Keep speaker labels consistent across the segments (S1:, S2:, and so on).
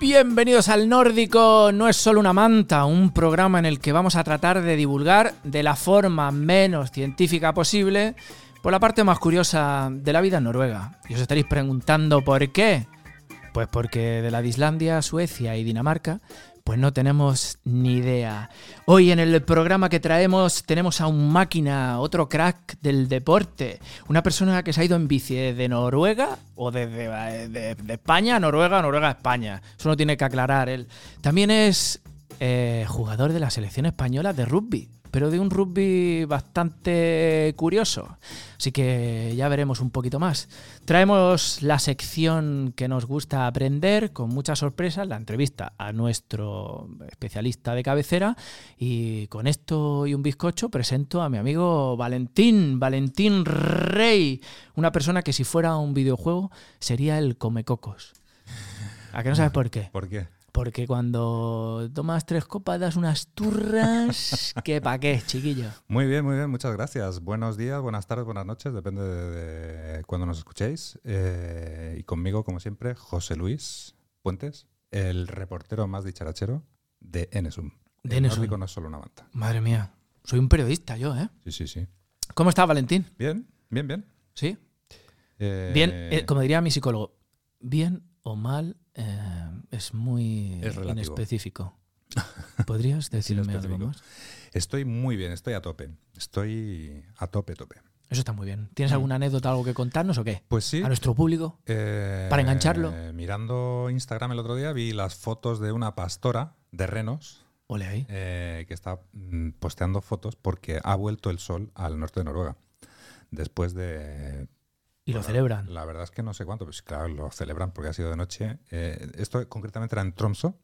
S1: Bienvenidos al Nórdico, no es solo una manta, un programa en el que vamos a tratar de divulgar de la forma menos científica posible por la parte más curiosa de la vida en Noruega. Y os estaréis preguntando por qué. Pues porque de la de Islandia, Suecia y Dinamarca, pues no tenemos ni idea. Hoy en el programa que traemos tenemos a un máquina, otro crack del deporte, una persona que se ha ido en bici desde Noruega o desde eh, de, de España a Noruega, Noruega a España. Eso no tiene que aclarar él. También es eh, jugador de la selección española de rugby, pero de un rugby bastante curioso. Así que ya veremos un poquito más. Traemos la sección que nos gusta aprender con muchas sorpresas, la entrevista a nuestro especialista de cabecera. Y con esto y un bizcocho presento a mi amigo Valentín, Valentín Rey, una persona que si fuera un videojuego sería el Comecocos. ¿A que no sabes por qué?
S2: ¿Por qué?
S1: Porque cuando tomas tres copas das unas turras que pa' qué, chiquillo.
S2: Muy bien, muy bien, muchas gracias. Buenos días, buenas tardes, buenas noches, depende de, de cuando nos escuchéis. Eh, y conmigo, como siempre, José Luis Puentes, el reportero más dicharachero de Enesum.
S1: De
S2: El
S1: Enesum.
S2: nórdico no es solo una manta.
S1: Madre mía, soy un periodista yo, ¿eh?
S2: Sí, sí, sí.
S1: ¿Cómo estás, Valentín?
S2: Bien, bien, bien.
S1: ¿Sí?
S2: Eh,
S1: Bien, eh, como diría mi psicólogo, bien o mal eh, es muy
S2: Es relativo.
S1: inespecífico. ¿Podrías decirme algo
S2: Inespecífico.
S1: más?
S2: Estoy muy bien, estoy a tope. Estoy a tope, tope.
S1: Eso está muy bien. ¿Tienes alguna anécdota, algo que contarnos o qué?
S2: Pues sí.
S1: A nuestro público.
S2: Eh,
S1: Para engancharlo.
S2: eh, mirando Instagram el otro día vi las fotos de una pastora de renos
S1: Ole ahí.
S2: eh, que está mm, posteando fotos porque ha vuelto el sol al norte de Noruega. Después de...
S1: Y lo
S2: bueno,
S1: celebran.
S2: La verdad es que no sé cuánto, pues claro, lo celebran porque ha sido de noche. Eh, esto concretamente era en Tromso.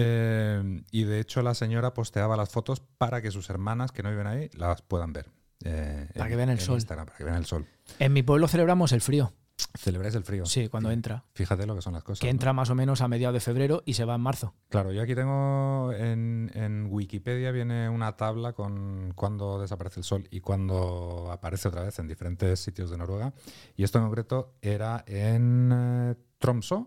S2: Eh, y de hecho la señora posteaba las fotos para que sus hermanas que no viven ahí las puedan ver. eh,
S1: Para
S2: en-
S1: que vean el
S2: en
S1: sol.
S2: Instagram, para que vean el sol.
S1: En mi pueblo celebramos el frío.
S2: Celebráis el frío.
S1: Sí, cuando entra.
S2: Fíjate lo que son las cosas.
S1: Que
S2: ¿no?
S1: entra más o menos a mediados de febrero y se va en marzo.
S2: Claro, yo aquí tengo en, en Wikipedia viene una tabla con cuándo desaparece el sol y cuándo aparece otra vez en diferentes sitios de Noruega. Y esto en concreto era en eh, Tromsø.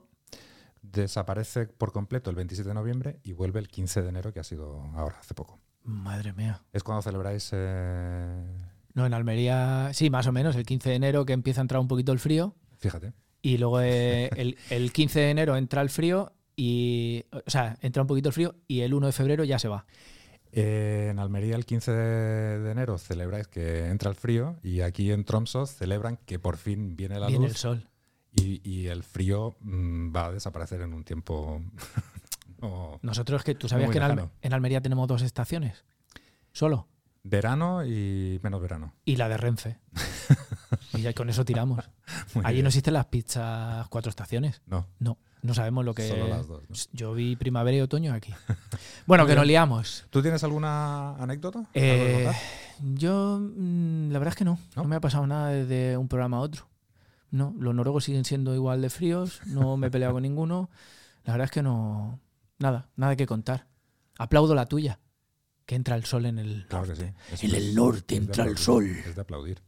S2: Desaparece por completo el 27 de noviembre y vuelve el 15 de enero, que ha sido ahora, hace poco.
S1: Madre mía.
S2: Es cuando celebráis... eh,
S1: No, en Almería, sí, más o menos, el 15 de enero que empieza a entrar un poquito el frío.
S2: fíjate.
S1: Y luego eh, el, el 15 de enero entra el frío y. O sea, entra un poquito el frío y el 1 de febrero ya se va.
S2: Eh, en Almería el 15 de, de enero celebráis que entra el frío y aquí en Tromsø celebran que por fin viene la
S1: Viene
S2: luz.
S1: el sol.
S2: Y, y el frío mm, va a desaparecer en un tiempo. no-
S1: Nosotros que tú sabías
S2: Muy
S1: que en, Alme-
S2: lejano.
S1: en Almería tenemos dos estaciones. Solo.
S2: verano y menos verano.
S1: Y la de Renfe. y ya con eso tiramos.
S2: Muy
S1: Allí
S2: bien.
S1: no existen las pizzas cuatro estaciones.
S2: No,
S1: No, no sabemos lo que.
S2: solo las dos. ¿no?
S1: Yo vi primavera y otoño aquí. Bueno, que
S2: bien.
S1: nos liamos.
S2: ¿Tú tienes alguna anécdota? ¿Algo que
S1: Eh,
S2: contar?
S1: yo, mm, la verdad es que no. no.
S2: ¿No?
S1: me ha pasado nada desde un programa a otro. No, los noruegos siguen siendo igual de fríos. No me he peleado con ninguno. La verdad es que no. Nada, nada que contar. Aplaudo la tuya. Que entra el sol en el.
S2: Claro que sí. Es-
S1: En el norte
S2: es de
S1: entra el
S2: aplaudir,
S1: sol.
S2: Es de aplaudir.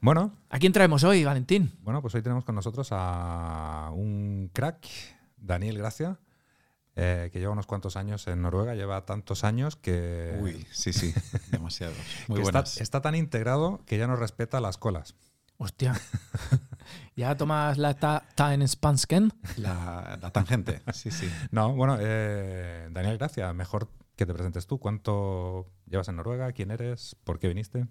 S2: Bueno,
S1: ¿A quién traemos hoy, Valentín?
S2: bueno, pues hoy tenemos con nosotros a un crack, Daniel Gracia, eh, que lleva unos cuantos años en Noruega, lleva tantos años que,
S3: Uy, sí, sí, demasiado. Muy
S2: que está,
S3: buenas.
S2: está tan integrado que ya no respeta las colas.
S1: Hostia. ¿Ya tomas la ta, ta en Spansken?
S3: La, la tangente, sí, sí.
S2: No, bueno, eh, Daniel, gracias. Mejor que te presentes tú. ¿Cuánto llevas en Noruega? ¿Quién eres? ¿Por qué viniste?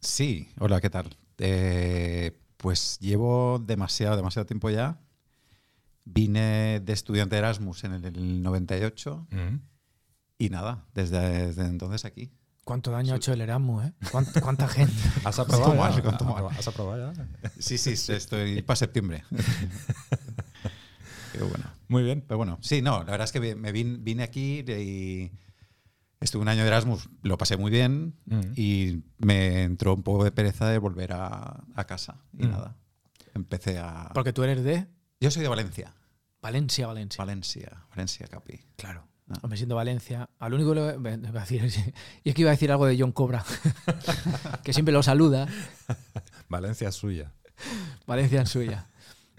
S3: Sí, hola, ¿qué tal? Eh, pues llevo demasiado, demasiado tiempo ya. Vine de estudiante de Erasmus en el 98 y nada, desde, desde entonces aquí.
S1: ¿Cuánto daño ha hecho el Erasmus, eh? ¿Cuán- ¿Cuánta gente?
S2: ¿Has aprobado?
S3: mal,
S2: ya? Ah,
S3: cuánto mal.
S2: ¿Has aprobado ya?
S3: Sí, sí, estoy para septiembre. Pero bueno.
S2: Muy bien.
S3: Pero bueno, sí, no, la verdad es que vi- me vin- vine aquí de- y estuve un año de Erasmus, lo pasé muy bien
S2: Mm.
S3: y me entró un poco de pereza de volver a, a casa y
S2: Mm.
S3: nada. Empecé a...
S1: Porque tú eres de.
S3: Yo soy de Valencia.
S1: Valencia, Valencia.
S3: Valencia, Valencia, Capi.
S1: Claro.
S3: Ah.
S1: Hombre, siendo Valencia, al único que le me- me iba a decir, es- y es que iba a decir algo de John Cobra, que siempre lo saluda,
S2: Valencia es suya.
S1: Valencia en suya.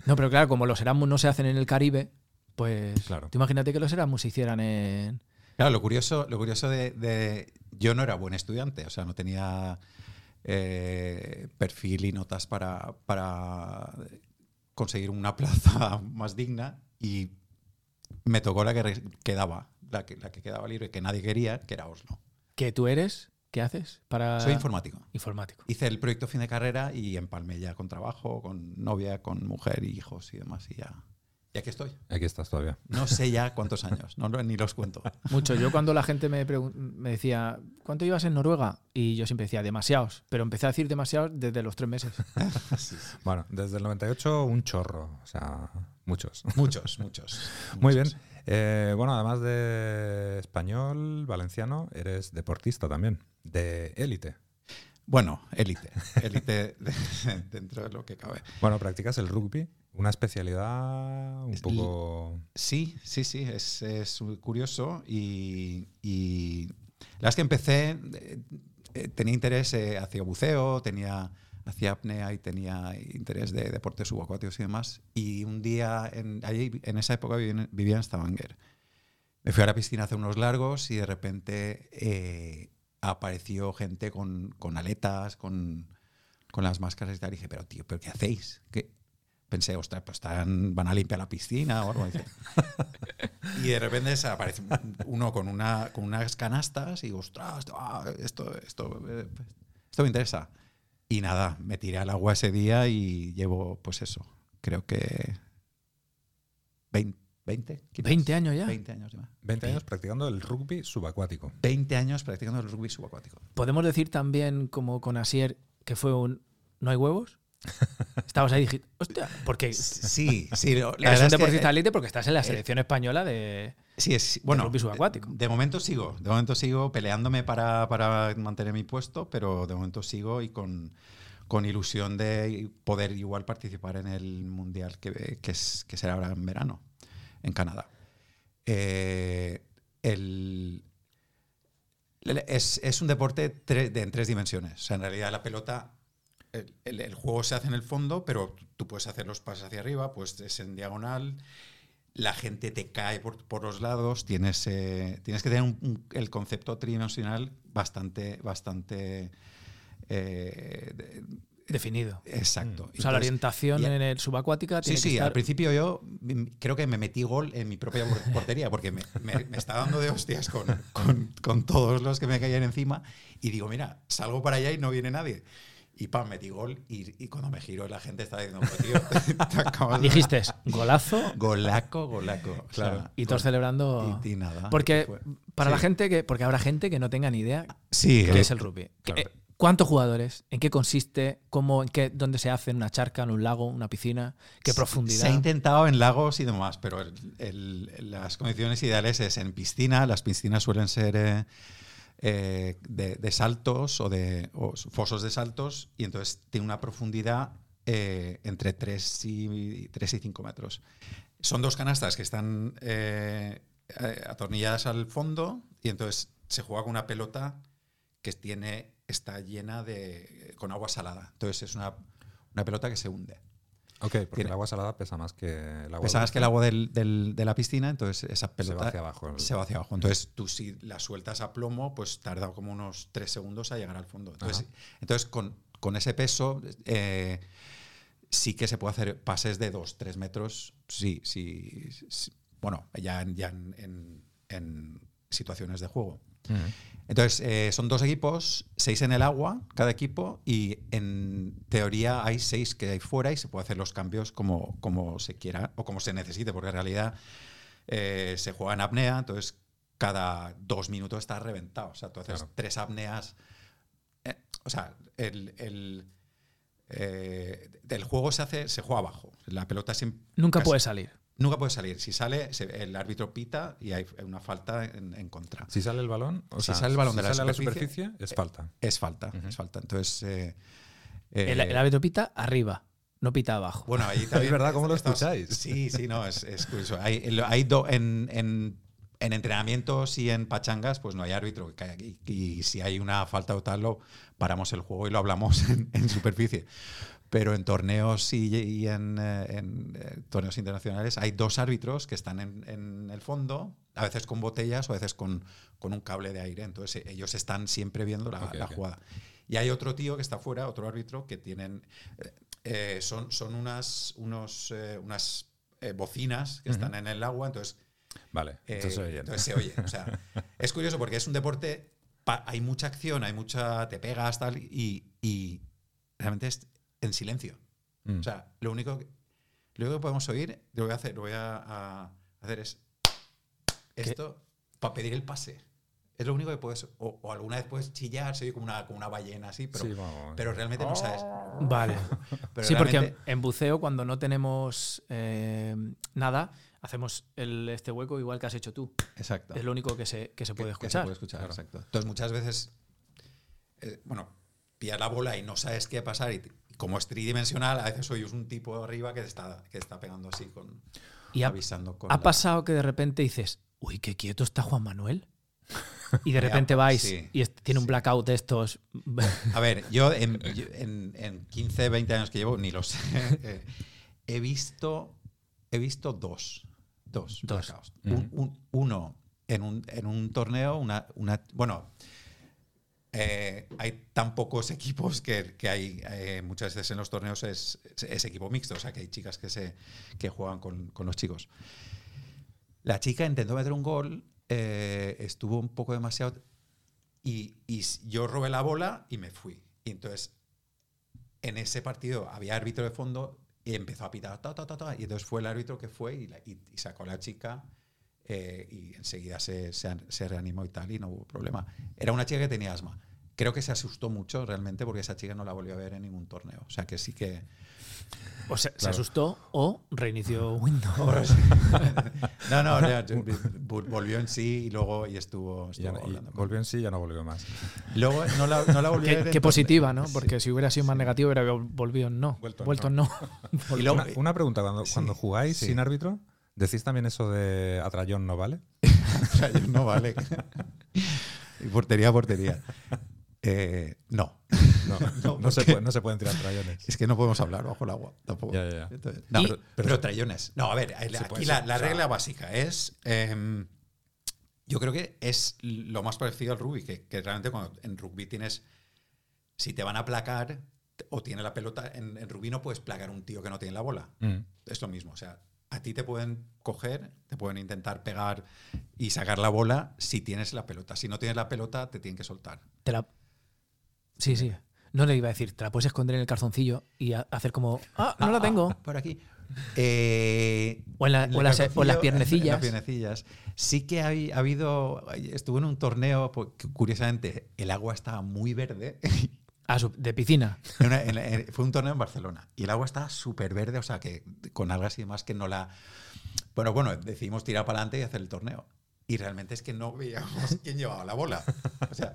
S1: No, pero claro, como los Erasmus no se hacen en el Caribe, pues
S2: Claro.
S1: tú imagínate que los Erasmus se hicieran en...
S3: Claro, lo curioso, lo curioso de, de- Yo no era buen estudiante, o sea, no tenía eh, perfil y notas para, para conseguir una plaza más digna y me tocó la que re- quedaba, la que, la que quedaba libre, que nadie quería, que era Oslo.
S1: ¿Qué tú eres? ¿Qué haces? Para...
S3: Soy informático.
S1: informático.
S3: Hice el proyecto fin de carrera y empalmé ya con trabajo, con novia, con mujer, y hijos y demás y ya. Y aquí estoy.
S2: Aquí estás todavía.
S3: No sé ya cuántos años, no, lo- ni los cuento.
S1: Mucho. Yo cuando la gente me, pregun- me decía, ¿cuánto ibas en Noruega? Y yo siempre decía, demasiados. Pero empecé a decir demasiados desde los tres meses.
S2: Bueno, desde el 98 un chorro, o sea, muchos.
S3: Muchos, muchos.
S2: Muy bien.
S3: muchos.
S2: Eh, bueno, además de español, valenciano, eres deportista también, de élite.
S3: Bueno, élite. Élite de- dentro de lo que cabe.
S2: Bueno, practicas el rugby, una especialidad un
S3: Es-
S2: poco...
S3: Sí, sí, sí, es, es muy curioso. Y, y la verdad es que empecé, eh, eh, tenía interés eh, hacia buceo, tenía hacia apnea y tenía interés de deportes subacuáticos y demás. Y un día, en, allí, en esa época vivía en, vivía en Stavanger. Me fui a la piscina a hacer unos largos y de repente eh, apareció gente con, con aletas, con, con las máscaras y tal. Y dije, pero tío, ¿pero qué hacéis? ¿Qué? Pensé, ostras, pues están, van a limpiar la piscina o algo así. y de repente se aparece un- uno con, una, con unas canastas y digo, ostras, ah, esto, esto, eh, esto me interesa. Y nada, me tiré al agua ese día y llevo, pues eso, creo que 20, 20, quizás.
S1: 20 años ya.
S3: 20 años ya.
S2: 20 años practicando el rugby subacuático.
S3: 20 años practicando el rugby subacuático.
S1: Podemos decir también, como con Asier, que fue un no hay huevos. Estabas ahí y dijiste, hostia, porque
S3: Sí, sí. lo- la
S1: eres un
S3: verdad es que- eh,
S1: deportista élite porque estás en la selección española de.
S3: Sí, es, bueno,
S1: rugby subacuático.
S3: De momento sigo, de momento sigo peleándome para, para mantener mi puesto, pero de momento sigo y con, con ilusión de poder igual participar en el mundial que, que, es- que será ahora en verano en Canadá. Eh, el- el- es, es un deporte tre- de- en tres dimensiones. O sea, en realidad la pelota, el, el- el juego se hace en el fondo, pero tú puedes hacer los pases hacia arriba, pues es en diagonal, la gente te cae por, por los lados, tienes, eh, tienes que tener un- un- el concepto tridimensional bastante, bastante eh, de-
S1: Definido.
S3: exacto.
S1: Mm, O sea, la
S3: Entonces,
S1: orientación
S3: y-
S1: en el subacuática
S3: pues, Sí,
S1: tiene
S3: sí,
S1: que
S3: al
S1: estar.
S3: principio yo mm, creo que me metí gol en mi propia por- portería porque me, me- me estaba dando de hostias con, con- con todos los que me caían encima y digo, mira, salgo para allá y no viene nadie. Y pam, metí gol y, y cuando me giro la gente estaba diciendo, "Pero, tío, te, acabas de-
S1: Ah, Dijiste, golazo
S3: Golaco, golaco. O sea,
S2: Claro.
S1: y todos celebrando.
S3: y, y nada.
S1: Porque
S3: Fue-
S1: para la
S3: Sí.
S1: gente que. Porque habrá gente que no tenga ni idea
S3: Sí,
S1: qué
S3: eh,
S1: es el rugby.
S2: claro.
S1: Eh, ¿Cuántos jugadores? ¿En qué consiste? ¿Cómo, en qué, ¿Dónde se hace? ¿En una charca? ¿En un lago? ¿Una piscina? ¿Qué
S3: Se ha
S1: profundidad?
S3: intentado en lagos y demás, pero el- el- las condiciones ideales es en piscina. Las piscinas suelen ser eh, eh, de, de saltos o de o fosos de saltos y entonces tiene una profundidad eh, entre 3 y, 3 y 5 metros. Son dos canastas que están eh, eh, atornilladas al fondo y entonces se juega con una pelota que tiene, está llena de, con agua salada. Entonces es una, una pelota que se hunde.
S2: Ok, porque
S3: Tiene-
S2: el agua salada pesa más que el agua...
S3: Pensabas que el agua del- del- de la piscina, entonces esa
S2: dulce.
S3: pelota
S2: se va hacia abajo. el-
S3: se va hacia abajo. Entonces tú si la sueltas a plomo, pues tarda como unos tres segundos a llegar al fondo. Entonces, entonces con, con ese peso eh, sí que se puede hacer pases de 2, 3 metros. Sí, sí, sí. Bueno, ya, en- ya en- en- en situaciones de juego.
S2: Mm.
S3: Entonces, eh, son dos equipos, seis en el agua, cada equipo, y en teoría hay seis que hay fuera y se puede hacer los cambios como, como se quiera o como se necesite, porque en realidad eh, se juega en apnea, entonces cada dos minutos estás reventado. O sea, tú haces
S2: Claro.
S3: tres apneas. eh, o sea, el, el, eh, el juego se hace, se juega abajo. La pelota siempre.
S1: Nunca
S3: casi-
S1: puede salir.
S3: Nunca puede salir. Si sale, se- el árbitro pita y hay una falta en, en contra.
S2: Si sale el balón, o
S3: Si
S2: sea,
S3: sale el balón
S2: si
S3: de la
S2: sale a la
S3: superficie, eh,
S2: superficie, es falta.
S3: Es falta,
S2: Ujú.
S3: es falta. Entonces. eh,
S1: El,
S3: eh,
S1: el árbitro pita arriba. no pita abajo.
S3: Bueno, ahí
S2: Es
S3: también
S2: verdad, ¿cómo lo
S3: estamos-
S2: escucháis?
S3: Sí, sí, no, es, es curioso. Hay, el- hay do- en, en- en entrenamientos y en pachangas, pues no hay árbitro. que hay- Y, y si hay una falta o tal, lo paramos el juego y lo hablamos en, en superficie. Pero en torneos y, y en, eh, en, eh, torneos internacionales hay dos árbitros que están en, en el fondo, a veces con botellas o a veces con, con un cable de aire. Entonces eh, ellos están siempre viendo la,
S2: Ok,
S3: la
S2: ok.
S3: jugada. Y hay otro tío que está fuera, otro árbitro, que tienen eh, eh, son, son unas, unos, eh, unas eh, bocinas que están en el agua, entonces,
S2: Vale,
S3: eh,
S2: entonces oye.
S3: entonces se oye. O sea, es curioso porque es un deporte, pa- hay mucha acción, hay mucha, te pegas, tal, y, y realmente es en silencio.
S2: Mm.
S3: O sea, lo único, que, lo único que podemos oír, lo voy a hacer, lo voy a, a hacer es esto para pedir el pase. Es lo único que puedes, o, o alguna vez puedes chillar, se oye como una, como una ballena así, pero,
S2: Sí, vamos.
S3: pero realmente no sabes.
S1: Vale.
S3: Pero
S1: sí, porque
S3: realmente-
S1: en buceo, cuando no tenemos eh, nada, hacemos el, este hueco igual que has hecho tú.
S3: Exacto.
S1: Es lo único que se, que se puede
S3: que- que
S1: escuchar.
S3: se puede escuchar, exacto. Entonces muchas veces, eh, bueno, pillas la bola y no sabes qué pasar y, te- y como es tridimensional, a veces oyes un tipo arriba que te está, que está pegando así con
S1: Y ha,
S3: avisando con
S1: ha
S3: la-
S1: pasado que de repente dices, uy, qué quieto está Juan Manuel. Y de
S3: Ya,
S1: repente vais
S3: sí,
S1: y es- tiene un
S3: sí.
S1: blackout de estos.
S3: A ver, yo en, yo en- en 15, 20 años que llevo, ni lo sé, eh, he visto he visto dos. Dos.
S1: Dos.
S3: blackouts. Un- un- uno en un, en un torneo, una, una bueno, eh, hay tan pocos equipos que, que hay eh, muchas veces en los torneos es, es- es equipo mixto, o sea que hay chicas que, se, que juegan con, con los chicos. La chica intentó meter un gol, eh, estuvo un poco demasiado y, y s- yo robé la bola y me fui. Y entonces en ese partido había árbitro de fondo y empezó a pitar, ta, ta, ta, ta, y entonces fue el árbitro que fue y, la- y- y sacó a la chica eh, y enseguida se, se an- se reanimó y tal y no hubo problema. Era una chica que tenía asma. Creo que se asustó mucho realmente porque esa chica no la volvió a ver en ningún torneo. O sea que sí que...
S1: O se, se
S2: Claro.
S1: asustó o reinició Windows.
S3: No, no, ya, yo- vol- volvió en sí y luego y estuvo,
S2: Y
S3: estuvo
S2: ya no- y
S3: hablando.
S2: volvió en sí, ya no volvió más.
S3: Luego no la, no la volvió a
S1: Qué,
S3: ver en
S1: qué
S3: torneo.
S1: positiva, ¿no?
S3: Sí.
S1: Porque si hubiera sido más negativo, hubiera volvido en no.
S2: Vuelto en
S1: Vuelto en no.
S3: Y luego-
S2: Una, una pregunta, cuando, cuando jugáis
S3: sí.
S2: sin árbitro, ¿decís también eso de atrayón no vale?
S3: O sea, yo no vale. Y portería a portería. Eh, no.
S2: No,
S3: No,
S2: no, se,
S3: porque-
S2: puede- no se pueden tirar atrayones.
S3: Es que no podemos hablar bajo el agua tampoco.
S2: Ya, ya, ya.
S3: Entonces, no,
S1: Y-
S3: pero, pero trayones. No, a ver, el-
S2: Se puede
S3: aquí la,
S2: ser,
S3: la
S2: o sea-
S3: regla básica es. em, yo creo que es lo más parecido al rugby, que, que realmente cuando en rugby tienes. Si te van a placar t- o tiene la pelota, en, en rugby no puedes placar un tío que no tiene la bola
S2: Mm.
S3: es lo mismo. O sea, a ti te pueden coger, te pueden intentar pegar y sacar la bola si tienes la pelota. Si no tienes la pelota, te tienen que soltar.
S1: Te la- Sí, sí. No le iba a decir, te la puedes esconder en el calzoncillo y a- hacer como, ah, no la tengo.
S3: Por aquí. Eh,
S1: O en la-
S3: el
S1: o las- e,
S3: calzoncillo,
S1: o las
S3: en- en
S1: piernecillas.
S3: las piernecillas. Sí que hay- ha habido. Estuve en un torneo, pues, que curiosamente, el agua estaba muy verde.
S1: Ah, su- de piscina.
S3: En una- en la- en- fue un torneo en Barcelona y el agua estaba súper verde, o sea, que con algas y demás que no la. Bueno, bueno, decidimos tirar para adelante y hacer el torneo. Y realmente es que no veíamos quién llevaba la bola. O sea,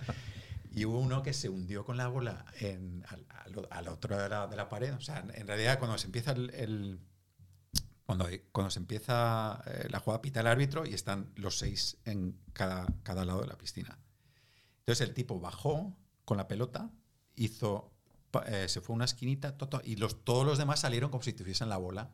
S3: y hubo uno que se hundió con la bola en, al, al- al otro de la, de la pared. O sea, en, en realidad, cuando se empieza el. el- cuando, cuando se empieza eh, la jugada, pita el árbitro y están los seis en cada, cada lado de la piscina. Entonces el tipo bajó con la pelota, hizo, pa- eh, se fue a una esquinita to, to, y los, todos los demás salieron como si tuviesen la bola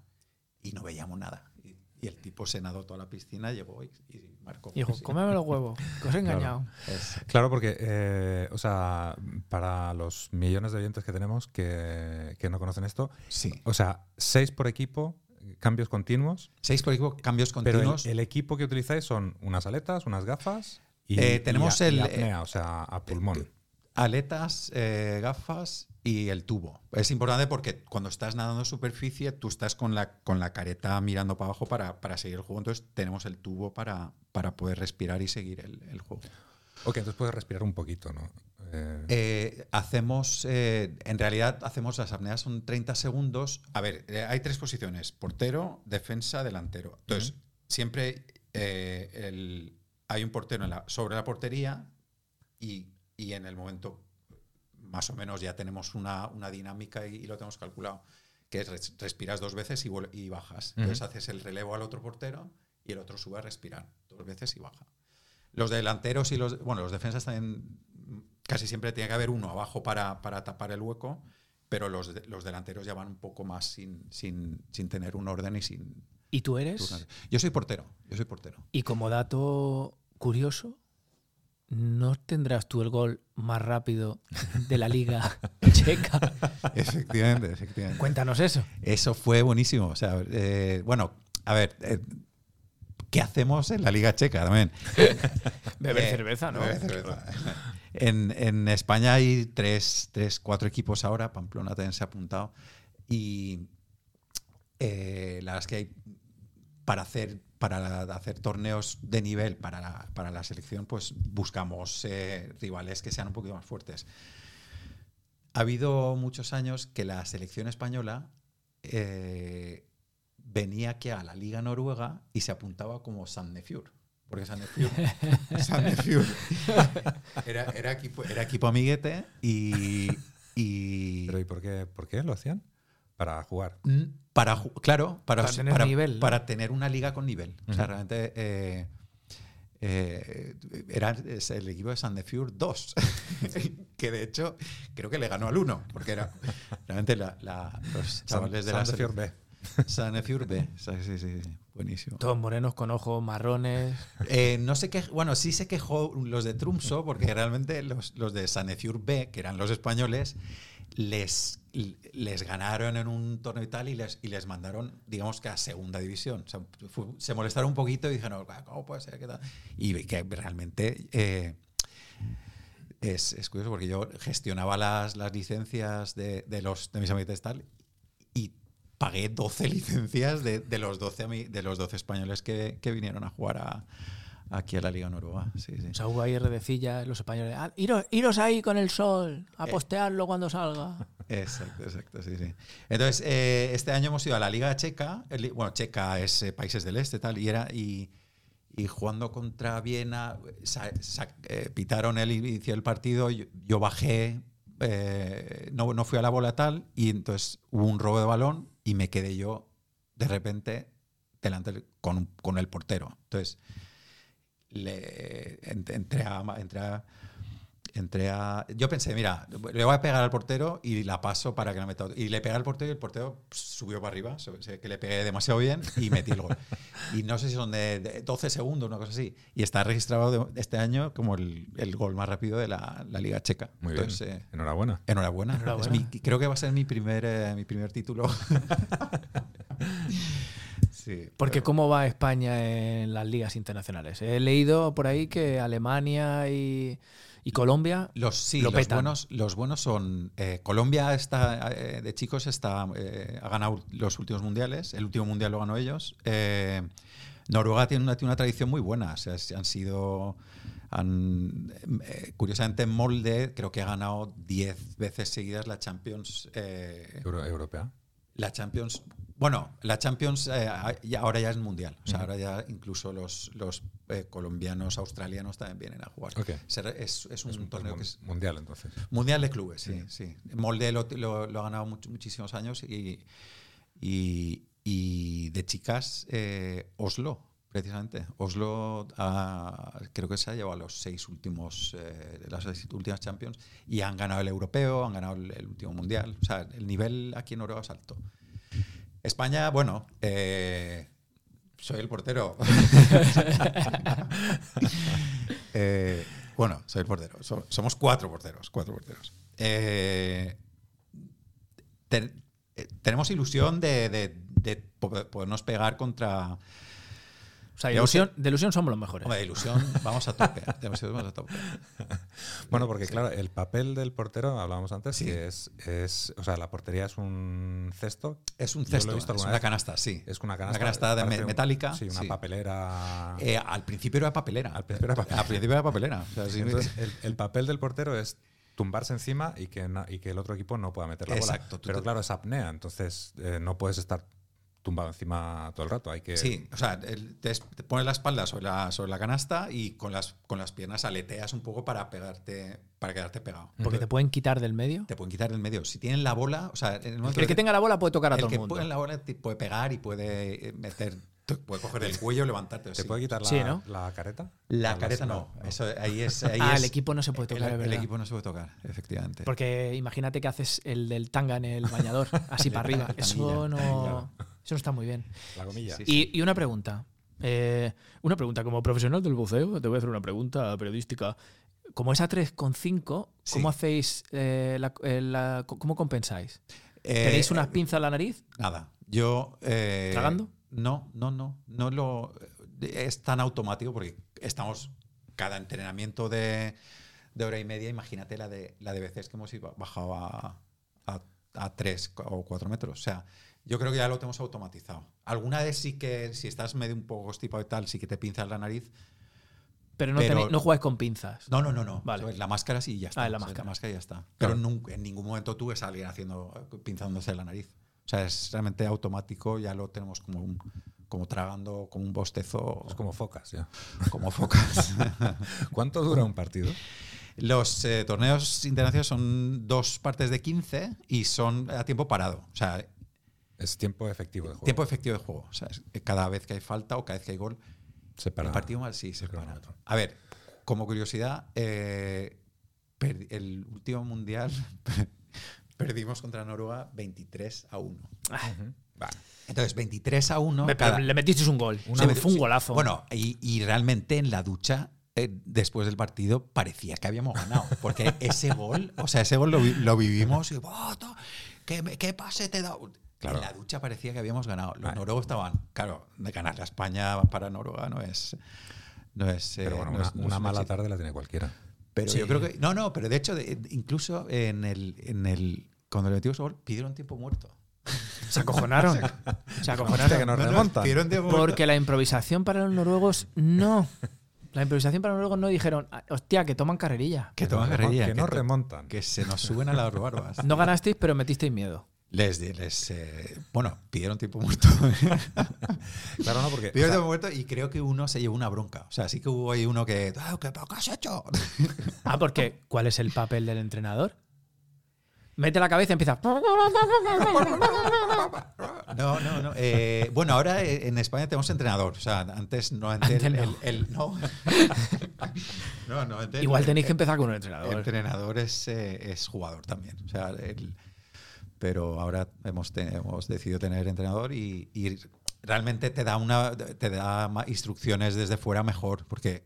S3: y no veíamos nada. Y, y el tipo se nadó toda la piscina, llegó y, y marcó.
S1: Y dijo,
S3: Sí.
S1: cómeme los huevos, que os he engañado.
S3: Es-
S2: Claro, porque, eh, o sea, para los millones de oyentes que tenemos que, que no conocen esto,
S3: sí.
S2: o sea, seis por equipo, cambios continuos,
S3: Seis por equipo, cambios
S2: pero el,
S3: continuos.
S2: el equipo que utilizáis son unas aletas, unas gafas y,
S3: Eh, tenemos
S2: y a- y
S3: el-
S2: apnea, o sea, a pulmón.
S3: Aletas, eh, gafas y el tubo. Es importante porque cuando estás nadando en superficie, tú estás con la, con la careta mirando para abajo para, para seguir el juego. Entonces tenemos el tubo para, para poder respirar y seguir el- el juego.
S2: Ok, entonces puedes respirar un poquito, ¿no? Eh,
S3: Eh, hacemos, eh, en realidad hacemos las apneas, son 30 segundos. A ver, eh, hay tres posiciones, portero, defensa, delantero. Entonces, siempre eh, el- hay un portero en la- sobre la portería y, y en el momento, más o menos, ya tenemos una, una dinámica y, y lo tenemos calculado. que es res- respiras dos veces y, vuel- y bajas. Entonces haces el relevo al otro portero y el otro sube a respirar dos veces y baja. Los delanteros y los, bueno, los defensas también mm, casi siempre tiene que haber uno abajo para, para tapar el hueco, pero los, de- los delanteros ya van un poco más sin, sin, sin tener un orden y sin
S1: ¿Y tú eres?
S3: turnos. Yo soy portero, yo soy portero.
S1: Y como dato curioso, ¿no tendrás tú el gol más rápido de la liga checa?
S3: Efectivamente, efectivamente.
S1: Cuéntanos eso.
S3: Eso fue buenísimo. O sea, eh, bueno, a ver, eh, ¿qué hacemos en la Liga Checa también?
S1: Beber
S3: Eh,
S1: cerveza, ¿no?
S3: beber cerveza. en, en España hay tres, tres, cuatro equipos ahora. Pamplona también se ha apuntado. Y eh, la verdad es que hay para hacer para hacer torneos de nivel para la, para la selección, pues buscamos eh, rivales que sean un poquito más fuertes. Ha habido muchos años que la selección española eh, venía aquí a la Liga Noruega y se apuntaba como Sandefjord. Porque Sandefjord, Sandefjord era, era equipo, era equipo amiguete y, y-
S2: Pero ¿y por qué, por qué lo hacían? Para jugar.
S3: Mm, para ju- claro para,
S1: Para tener nivel, ¿no?
S3: para tener una liga con nivel o sea
S2: Ujú.
S3: realmente eh, eh, era es el equipo de Sandefjord 2 que de hecho creo que le ganó al 1 porque era realmente la, la- los chavales de la
S2: Sandefjord
S3: selección-
S2: B.
S3: Sandefjord B sí, sí, sí, sí, buenísimo
S1: Todos morenos con ojos marrones.
S3: eh, no sé qué, bueno, sí se quejó los de Trumso, porque realmente los, los de Sanefjord B, que eran los españoles, les, les ganaron en un torneo y tal y les, y les mandaron, digamos que a segunda división. O sea, fu- se molestaron un poquito y dijeron, "Ah, ¿cómo puede ser? ¿Qué tal?". Y que realmente eh, es, es curioso, porque yo gestionaba las, las licencias de, de los, de mis amiguetes tal y pagué 12 licencias de, de los, 12, ami- de los 12 españoles que, que vinieron a jugar a- aquí a la Liga Noruega. Sí, sí.
S1: O sea, hubo ahí redecillas, los españoles. "Ah, iros, iros ahí con el sol, a
S3: Eh,
S1: postearlo cuando salga.
S3: Exacto, exacto, sí, sí. Entonces, eh, este año hemos ido a la Liga Checa, el li- bueno, Checa es eh, países del este, tal, y era y, y jugando contra Viena, sa- sa- eh, pitaron el inicio del partido, yo, yo bajé, eh, no, no fui a la bola tal, y entonces hubo un robo de balón y me quedé yo de repente delante del- con, con el portero. Entonces, le, ent- entré a... ma- Entré a entré a. Yo pensé, mira, le voy a pegar al portero y la paso para que la meta. otro. Y le pegué al portero y el portero subió para arriba, se- se- que le pegué demasiado bien y metí el gol. y no sé si son de, de 12 segundos, una cosa así. Y está registrado de- este año como el, el gol más rápido de la, la Liga Checa.
S2: Muy
S3: Entonces,
S2: bien.
S3: eh,
S2: Enhorabuena.
S3: Enhorabuena.
S1: Enhorabuena.
S3: Es mi- creo que va a ser mi primer, eh, mi primer título. sí.
S1: Porque ¿cómo va España en las ligas internacionales? He leído por ahí que Alemania y, y Colombia...
S3: Los, sí,
S1: Lo
S3: los,
S1: petan.
S3: buenos, los buenos son. eh, Colombia está, eh, de chicos está, eh, ha ganado los últimos mundiales. El último mundial lo ganó ellos. Eh, Noruega tiene una, tiene una tradición muy buena. o sea, es- han sido. han, eh, curiosamente, en Molde creo que ha ganado 10 veces seguidas la Champions. eh,
S2: Euro- europea.
S3: la Champions. Bueno, la Champions eh, ya- ahora ya es mundial. O sea,
S2: Ujú.
S3: ahora ya incluso los, los eh, colombianos, australianos también vienen a jugar.
S2: Ok.
S3: Se re- Es, es un
S2: Es un
S3: torneo que es
S2: Pues mundial, entonces.
S3: Mundial de clubes, sí, sí. Molde lo, lo- lo ha ganado much- muchísimos años y, y- y de chicas, eh, Oslo, precisamente. Oslo ha- creo que se ha llevado los seis últimos, eh, las seis últimas Champions y han ganado el europeo, han ganado el, el último mundial. O sea, el nivel aquí en Noruega es alto. España, bueno, eh, soy el portero. Eh, bueno, soy el portero. So- somos cuatro porteros. Cuatro porteros. Eh, ten- eh, tenemos ilusión de, de- de po- podernos pegar contra.
S1: O sea, de
S3: Digamos
S1: ilusión, de ilusión somos los mejores.
S3: Hombre, de ilusión, vamos a tope. de ilusión vamos a tope.
S2: Bueno, porque claro, el papel del portero, hablábamos antes,
S3: Sí.
S2: que es, es, o sea, la portería es un cesto.
S3: Es un
S2: Yo lo he
S3: cesto,
S2: visto
S3: es
S2: alguna
S3: una
S2: vez.
S3: canasta, sí.
S2: Es una canasta.
S3: Una canasta de me-
S2: parece un-
S3: metálica.
S2: Sí, una
S3: sí.
S2: papelera.
S3: Eh, al principio era papelera.
S2: Al principio era papelera.
S3: Al principio era papelera. O sea, sí,
S2: Entonces, eh, el, el papel del portero es tumbarse encima y que, na- y que el otro equipo no pueda meter la bola.
S3: Exacto, tú
S2: Pero
S3: te-
S2: claro, es apnea, entonces eh, no puedes estar tumbado encima todo el rato. Hay que,
S3: Sí, o sea, el- te, es- te pones la espalda sobre la, sobre la canasta y con las, con las piernas aleteas un poco para pegarte, para quedarte pegado.
S1: Porque te pueden quitar del medio.
S3: Te pueden quitar el medio. Si tienen la bola, o sea, en el momento
S1: El que
S3: que-
S1: tenga la bola puede tocar a
S3: el
S1: todo
S3: que
S1: el mundo.
S3: puede en la bola te puede pegar y puede eh, meter, te puede coger el cuello, levantarte.
S2: ¿Te
S3: sí.
S2: puede quitar la,
S1: Sí, ¿no?
S2: la careta?
S3: La
S2: Hablas-
S3: careta no. Eso, ahí es, ahí
S1: Ah,
S3: es-
S1: el equipo no se puede
S3: el-
S1: tocar, es
S3: el
S1: verdad.
S3: equipo no se puede tocar, efectivamente.
S1: Porque imagínate que haces el del tanga en el bañador, así para arriba. Eso
S3: Tanguilla,
S1: no, eso no está muy bien.
S2: La comilla.
S3: Sí, sí.
S1: Y, y una pregunta. Eh, una pregunta, como profesional del buceo, te voy a hacer una pregunta periodística. Como es a 3,5,
S3: Sí.
S1: ¿cómo hacéis, eh, la- eh, la- cómo compensáis?
S3: Eh,
S1: ¿Tenéis unas pinzas en la nariz?
S3: Nada. Yo. eh,
S1: ¿Tragando?
S3: No, no, no. No lo. eh, Es tan automático porque estamos. Cada entrenamiento de, de hora y media, imagínate la de, la de veces que hemos ido- bajado a, a, a 3 o 4 metros. O sea, yo creo que ya lo tenemos automatizado. Alguna vez sí que, si estás medio un poco constipado y tal, sí que te pinzas la nariz.
S1: Pero no,
S3: Pero-
S1: tenéis- no jugáis con pinzas.
S3: No, no, no, no.
S1: Vale.
S3: ¿sabes? La máscara sí ya está.
S1: Ah, la
S3: O sea,
S1: máscara.
S3: y ya está.
S2: Claro.
S3: Pero nunca- en ningún momento tú ves a alguien haciendo, pinzándose la nariz. O sea, es realmente automático, ya lo tenemos como, un- como tragando, como un bostezo,
S2: Es como focas, ya.
S3: como focas.
S2: ¿Cuánto dura un partido?
S3: Los eh, torneos internacionales son dos partes de 15 y son a tiempo parado. O sea,
S2: Es tiempo efectivo de juego.
S3: tiempo efectivo de juego. O sea, es- cada vez que hay falta o cada vez que hay gol,
S2: Se para.
S3: El partido mal sí se
S2: el
S3: para.
S2: cronómetro.
S3: A ver, como curiosidad, eh, per- el último mundial perdimos contra Noruega 23 a 1.
S2: Ujú. Va.
S3: Entonces, 23 a 1.
S1: Me- pero
S3: cada-
S1: le metisteis un gol.
S2: Una
S1: Se me
S2: vez-
S1: fue un golazo.
S3: Bueno, y, y realmente en la ducha, eh, después del partido, parecía que habíamos ganado. Porque ese gol, o sea, ese gol lo, vi- lo vivimos y "Buah, to- ¿qué, me- qué pase te da?
S2: Claro.
S3: En la ducha parecía que habíamos ganado. Los
S2: Vale.
S3: noruegos estaban, claro, de ganar a España para Noruega no es. No es eh,
S2: Pero bueno,
S3: no
S2: una,
S3: es- no es
S2: una
S3: un
S2: mala
S3: éxito.
S2: tarde la tiene cualquiera.
S3: Pero
S1: Sí.
S3: yo creo que. No, no, pero de hecho, de- incluso en el, en el. Cuando le metimos el gol, pidieron tiempo muerto.
S1: se acojonaron. se
S2: Hostia, que
S1: acojonaron.
S2: nos
S3: No, no,
S2: remontan.
S3: pidieron tiempo muerto.
S1: Porque la improvisación para los noruegos no. La improvisación para los noruegos no dijeron, "Ah, hostia, que toman carrerilla.
S3: Que toman
S2: nos remon-
S3: carrerilla,
S2: Que no
S3: to-
S2: remontan.
S3: Que se nos suben a las barbas.
S1: No ganasteis, pero metisteis miedo.
S3: Les, di- les eh, bueno, pidieron tiempo muerto.
S2: Claro, no, porque. o
S3: pidieron
S2: sea,
S3: tiempo muerto y creo que uno se llevó una bronca. O sea, sí que hubo ahí uno que, "Ah, ¿qué, pero qué has hecho?
S1: Ah, porque ¿cuál es el papel del entrenador? Mete la cabeza y empieza.
S3: No, no, no. eh, bueno, ahora eh, en España tenemos entrenador. O sea, antes no antes
S1: Antes
S3: el,
S1: no.
S3: el- el- no. no, no, antes
S1: Igual
S3: el-
S1: tenéis que
S3: el-
S1: empezar con un
S3: el
S1: entrenador.
S3: entrenador es, eh, es jugador también. O sea, el- pero ahora hemos, te- hemos decidido tener entrenador y, y realmente te da, una, te da ma- instrucciones desde fuera mejor, porque,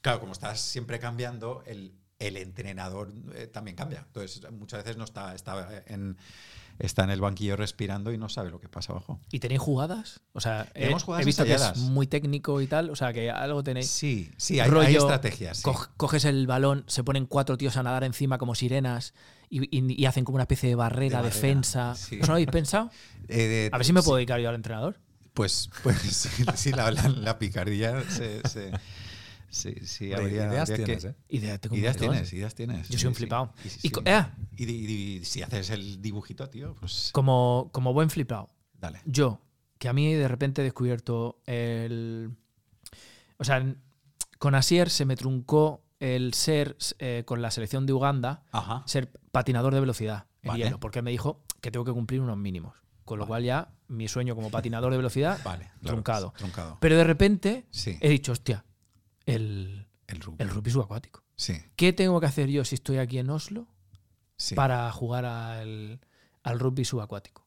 S3: claro, como estás siempre cambiando, el, el entrenador eh, también cambia. Entonces, muchas veces no está, está, en, está en el banquillo respirando y no sabe lo que pasa abajo.
S1: ¿Y tenéis jugadas? O sea, he,
S3: Tenemos jugadas
S1: he visto que es
S3: ensayadas.
S1: muy técnico y tal. O sea, que algo tenéis.
S3: Sí, sí, hay, hay
S1: Rollo,
S3: estrategias. sí.
S1: Cog- coges el balón, se ponen cuatro tíos a nadar encima como sirenas y, y- y hacen como una especie de barrera,
S3: De barrera,
S1: defensa.
S3: sí.
S1: ¿Eso no habéis pensado?
S3: Eh,
S1: A ver si me puedo dedicar yo al entrenador.
S3: Pues, pues sí, sí, la, la- la picardía se, se- sí, sí,
S2: de
S3: habría-
S2: ideas
S3: habría
S2: tienes,
S3: que-
S2: ¿eh?
S1: Idea, tengo un
S3: Ideas
S1: montón.
S3: tienes, ideas tienes.
S1: Yo soy un
S3: sí, sí.
S1: flipado.
S3: Y, sí,
S1: Y
S3: sí.
S1: co- eh,
S3: Y di- y si haces el dibujito, tío, pues
S1: como, como buen flipado,
S3: dale.
S1: Yo, que a mí de repente he descubierto el. O sea, en- con Asier se me truncó el ser eh, con la selección de Uganda,
S3: Ajá.
S1: ser patinador de velocidad en
S3: Vale.
S1: hielo, porque me dijo que tengo que cumplir unos mínimos. Con lo
S3: Vale.
S1: cual ya mi sueño como patinador de velocidad,
S3: Vale. claro,
S1: truncado.
S3: Truncado.
S1: Pero de repente
S3: Sí.
S1: he dicho, hostia, el,
S3: El rugby.
S1: el rugby subacuático.
S3: Sí,
S1: ¿Qué tengo que hacer yo si estoy aquí en Oslo
S3: sí.
S1: para jugar al, al rugby subacuático?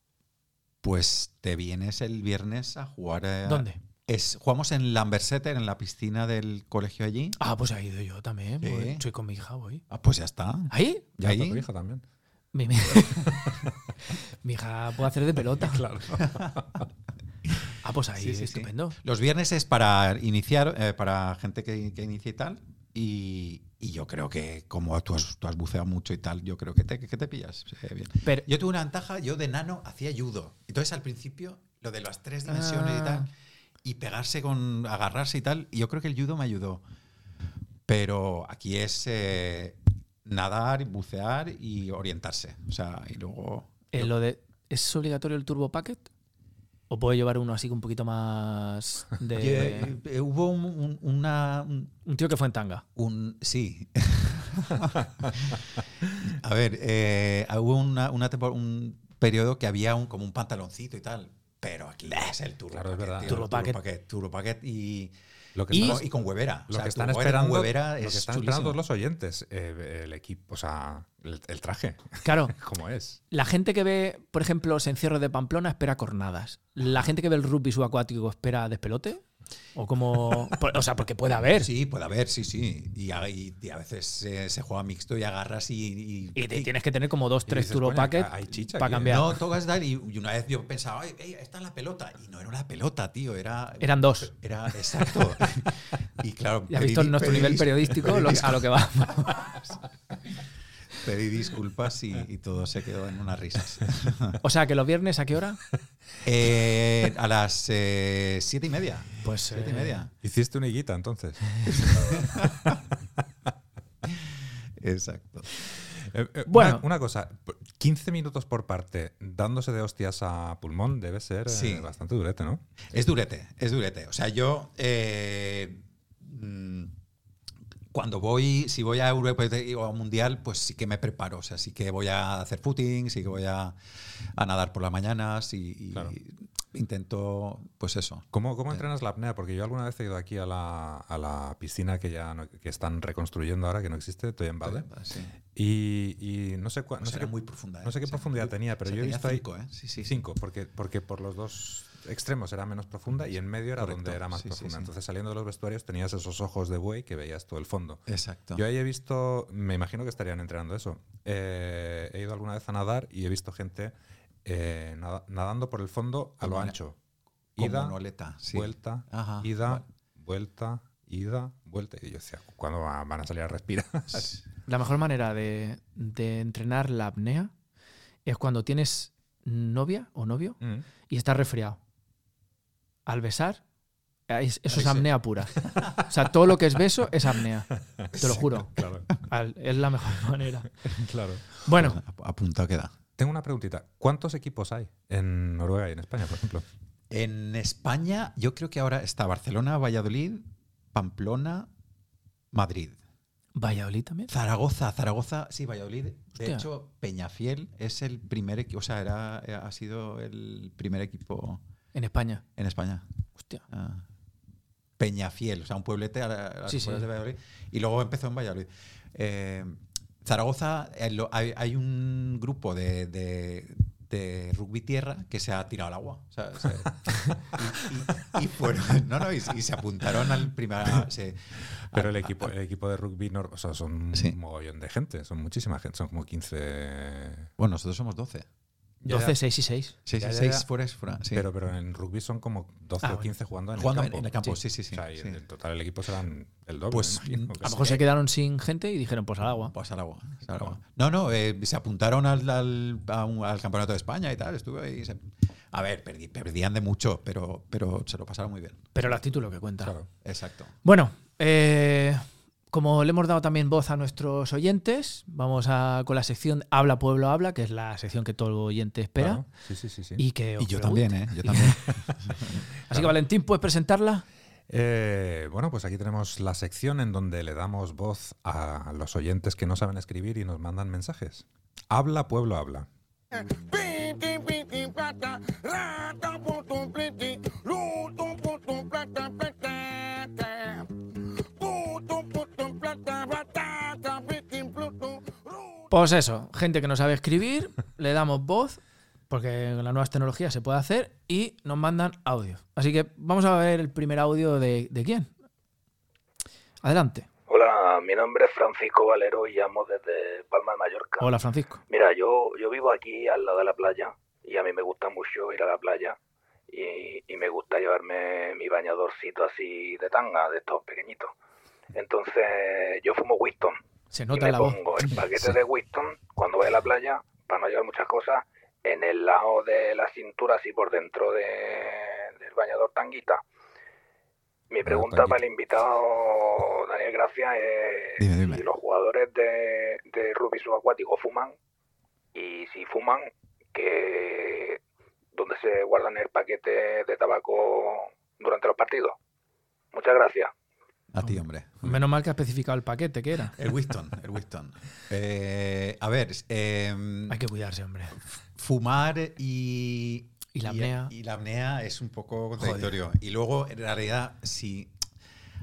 S3: Pues te vienes el viernes a jugar. eh,
S1: ¿Dónde?
S3: Es, jugamos en Lamberseter, en la piscina del colegio allí.
S1: Ah, pues ahí he ido yo también.
S3: Sí.
S1: voy. Soy con mi hija, voy.
S3: Ah, pues ya está.
S1: ¿Ahí?
S2: Ya está
S3: ahí-
S2: tu hija también.
S1: Mi, mi- mi hija puede hacer de pelota.
S2: Claro.
S1: Ah, pues ahí,
S3: Sí, sí, sí.
S1: estupendo.
S3: Los viernes es para iniciar, eh, para gente que, que inicia y tal. Y, y yo creo que como tú has, tú has buceado mucho y tal, yo creo que te, que te pillas. eh, bien.
S1: Pero,
S3: Yo tuve una ventaja, yo de nano hacía judo. Entonces al principio, lo de las tres dimensiones
S1: Ah.
S3: y tal, y pegarse con, agarrarse y tal, y yo creo que el judo me ayudó. Pero aquí es eh, nadar, bucear y orientarse. O sea, y luego...
S1: eh, lo de, ¿es obligatorio el turbo packet? ¿O puedo llevar uno así un poquito más de...
S3: Yo- eh, hubo un, un- una. un-
S1: Un tío que fue en tanga.
S3: un- sí. a ver, eh, hubo una, una tempor- un periodo que había un, como un pantaloncito y tal. Pero aquí es el turbo
S2: Claro, es
S3: paquet,
S2: verdad.
S3: tío,
S1: Turbo
S3: el
S1: paquet.
S3: turbo paquet y,
S2: Lo que
S3: y,
S2: están-
S3: y con huevera.
S2: Lo
S3: O sea,
S2: que están
S3: turbo paquet con
S2: esperando,
S3: huevera
S2: lo que
S3: es
S2: están
S3: chulísimo.
S2: esperando los oyentes, eh, el equipo, o sea, el, el traje,
S1: Claro,
S2: como es.
S1: la gente que ve, por ejemplo, los encierros de Pamplona espera cornadas. La gente que ve el rugby subacuático espera despelote. O como... por- O sea, porque puede haber.
S3: Sí, puede haber, sí, sí. Y a, y- y a veces eh, se juega mixto y agarras y.
S1: Y te- tienes que tener como dos,
S2: Y
S1: tres
S2: dices,
S1: turbo
S2: "Coño,
S1: packets
S2: hay chicha
S1: para
S2: aquí, ¿eh?".
S1: cambiar.
S3: No, tocas dar y, y una vez yo pensaba, "Ay, ey, esta es la pelota. Y no era una pelota, tío, era.
S1: Eran dos.
S3: Era exacto. y claro.
S1: Ya has
S3: pedí-
S1: visto nuestro nivel
S3: pedí-
S1: periodístico lo- a lo que va.
S3: Pedí disculpas y, y todo se quedó en unas risas.
S1: O sea, que los viernes, ¿a qué hora?
S3: Eh, a las eh, siete y media.
S1: Pues,
S3: Siete
S1: eh,
S3: y media.
S2: Hiciste una higuita entonces.
S3: Exacto.
S2: Eh, eh,
S1: Bueno.
S2: Una, una cosa, p- 15 minutos por parte dándose de hostias a pulmón debe ser eh,
S3: Sí.
S2: bastante durete, ¿no?
S3: Es durete, es durete. O sea, yo eh, mm, cuando voy, si voy a Europa o a Mundial, pues sí que me preparo. O sea, sí que voy a hacer footing, sí que voy a, a nadar por las mañanas y, y
S2: Claro.
S3: intento, pues eso.
S2: ¿Cómo, cómo entrenas la apnea? Porque yo alguna vez he ido aquí a la, a la piscina que ya no- que están reconstruyendo ahora, que no existe, estoy en Bade.
S3: Sí.
S2: Y, y no sé, cua- no
S3: Pues
S2: sé
S3: era
S2: qué,
S3: muy profunda. ¿eh?
S2: no sé qué
S3: O sea,
S2: profundidad
S3: muy-
S2: tenía, pero
S3: o sea,
S2: yo he
S3: tenía
S2: visto ahí-
S3: cinco, ¿eh? Sí, sí, sí.
S2: Cinco, porque, porque por los dos extremos era menos profunda y en medio era
S3: Correcto,
S2: donde era más
S3: sí, sí,
S2: profunda.
S3: sí.
S2: Entonces saliendo de los vestuarios tenías esos ojos de buey que veías todo el fondo.
S3: Exacto.
S2: Yo ahí he visto, me imagino que estarían entrenando eso. Eh, he ido alguna vez a nadar y he visto gente eh, nada- nadando por el fondo a
S3: Como
S2: lo
S3: una-
S2: ancho.
S3: Como
S2: Ida,
S3: Noleta, sí.
S2: vuelta,
S3: Ajá,
S2: ida,
S3: vale.
S2: vuelta, ida, vuelta. Y yo decía, ¿cuándo va- van a salir a respirar?
S1: La mejor manera de, de entrenar la apnea es cuando tienes novia o novio
S2: Mm.
S1: y estás resfriado. Al besar, eh, es- eso es
S3: Ahí sí.
S1: apnea pura. O sea, todo lo que es beso es apnea. Te lo juro.
S2: Claro,
S1: Al- es la mejor manera.
S2: claro.
S1: Bueno,
S3: Ap- Apuntado queda.
S2: Tengo una preguntita. ¿Cuántos equipos hay en Noruega y en España, por ejemplo?
S3: En España, yo creo que ahora está Barcelona, Valladolid, Pamplona, Madrid.
S1: Valladolid también.
S3: Zaragoza, Zaragoza, sí, Valladolid. De
S1: Hostia.
S3: hecho, Peñafiel es el primer equipo, o sea, era, eh, ha sido el primer equipo
S1: En España.
S3: en España.
S1: Hostia.
S3: Ah. Peñafiel, o sea, un pueblete a, la- a las
S1: Sí,
S3: afueras
S1: sí.
S3: de Valladolid. Y luego empezó en Valladolid. Eh, Zaragoza, eh, lo- hay, hay un grupo de, de- de rugby tierra que se ha tirado al agua. o sea, se- y, y- y fueron- no, no, y, y se apuntaron al primer. se-
S2: Pero
S3: a-
S2: el equipo, el equipo de rugby, nor- o sea, son
S3: Ah, Sí.
S2: un mogollón de gente, son muchísima gente, son como 15
S3: Bueno, nosotros somos 12.
S2: Ya,
S1: 12,
S2: ya.
S1: 6 y 6.
S3: Sí, sí,
S2: Ya, ya,
S3: seis
S2: ya.
S3: fuera, es fuera, sí.
S2: Pero, pero en rugby son como 12
S1: Ah,
S2: o 15 jugando en
S3: Jugando
S2: el campo.
S3: en el campo, sí, sí, sí.
S2: O sea, y
S3: sí.
S2: en, en total el equipo serán el doble.
S3: Pues,
S2: me imagino,
S3: mm,
S2: que
S1: A lo
S2: sí. eh.
S1: mejor se quedaron sin gente y dijeron, pues al agua.
S3: Pues al agua. al agua. No, no, eh, se apuntaron al, al- a un- al campeonato de España y tal. Estuve ahí. se- a ver, perdí- perdían de mucho, pero, pero se lo pasaron muy bien.
S1: Pero la actitud lo que cuenta.
S2: Claro.
S3: Exacto.
S1: Bueno, eh, como le hemos dado también voz a nuestros oyentes, vamos a, con la sección Habla Pueblo Habla, que es la sección que todo oyente espera.
S2: Claro. Sí, sí, sí. sí.
S1: Y, que os
S3: Y yo
S1: pregunte.
S3: también, ¿eh? Yo también.
S1: Así que Valentín, ¿puedes presentarla?
S2: Eh, bueno, pues aquí tenemos la sección en donde le damos voz a los oyentes que no saben escribir y nos mandan mensajes. Habla, pueblo, habla.
S4: Piti, piti, plata, rata, putum, pliti, lutum, putum, plata, patata. Putum, putum, plata, batata, pliti, plutum, rutum.
S1: Pues eso, gente que no sabe escribir, le damos voz, porque con las nuevas tecnologías se puede hacer, y nos mandan audio. Así que vamos a ver el primer audio de, de quién. Adelante.
S5: Hola, mi nombre es Francisco Valero y llamo desde Palma de Mallorca.
S1: Hola, Francisco.
S5: Mira, yo, yo vivo aquí al lado de la playa y a mí me gusta mucho ir a la playa y, y me gusta llevarme mi bañadorcito así de tanga, de estos pequeñitos. Entonces, yo fumo Winston
S1: Se
S5: y
S1: nota
S5: me
S1: la voz.
S5: pongo el paquete de Winston cuando voy a la playa para no llevar muchas cosas en el lado de la cintura, así por dentro de- del bañador tanguita.
S1: Ah,
S5: Mi pregunta
S2: tanguita.
S5: para el invitado Daniel Gracia es
S3: Dime, dime.
S5: si los jugadores de, de rugby subacuático fuman y si fuman, que donde se guardan el paquete de tabaco durante los partidos. Muchas gracias.
S3: A ti, hombre.
S1: Menos mal que ha especificado el paquete, ¿qué era?
S3: El Winston, el Winston. Eh, a ver, eh,
S1: Hay que cuidarse, hombre.
S3: fumar y,
S1: Y la apnea.
S3: Y, la apnea es un poco contradictorio. Y luego, en realidad, si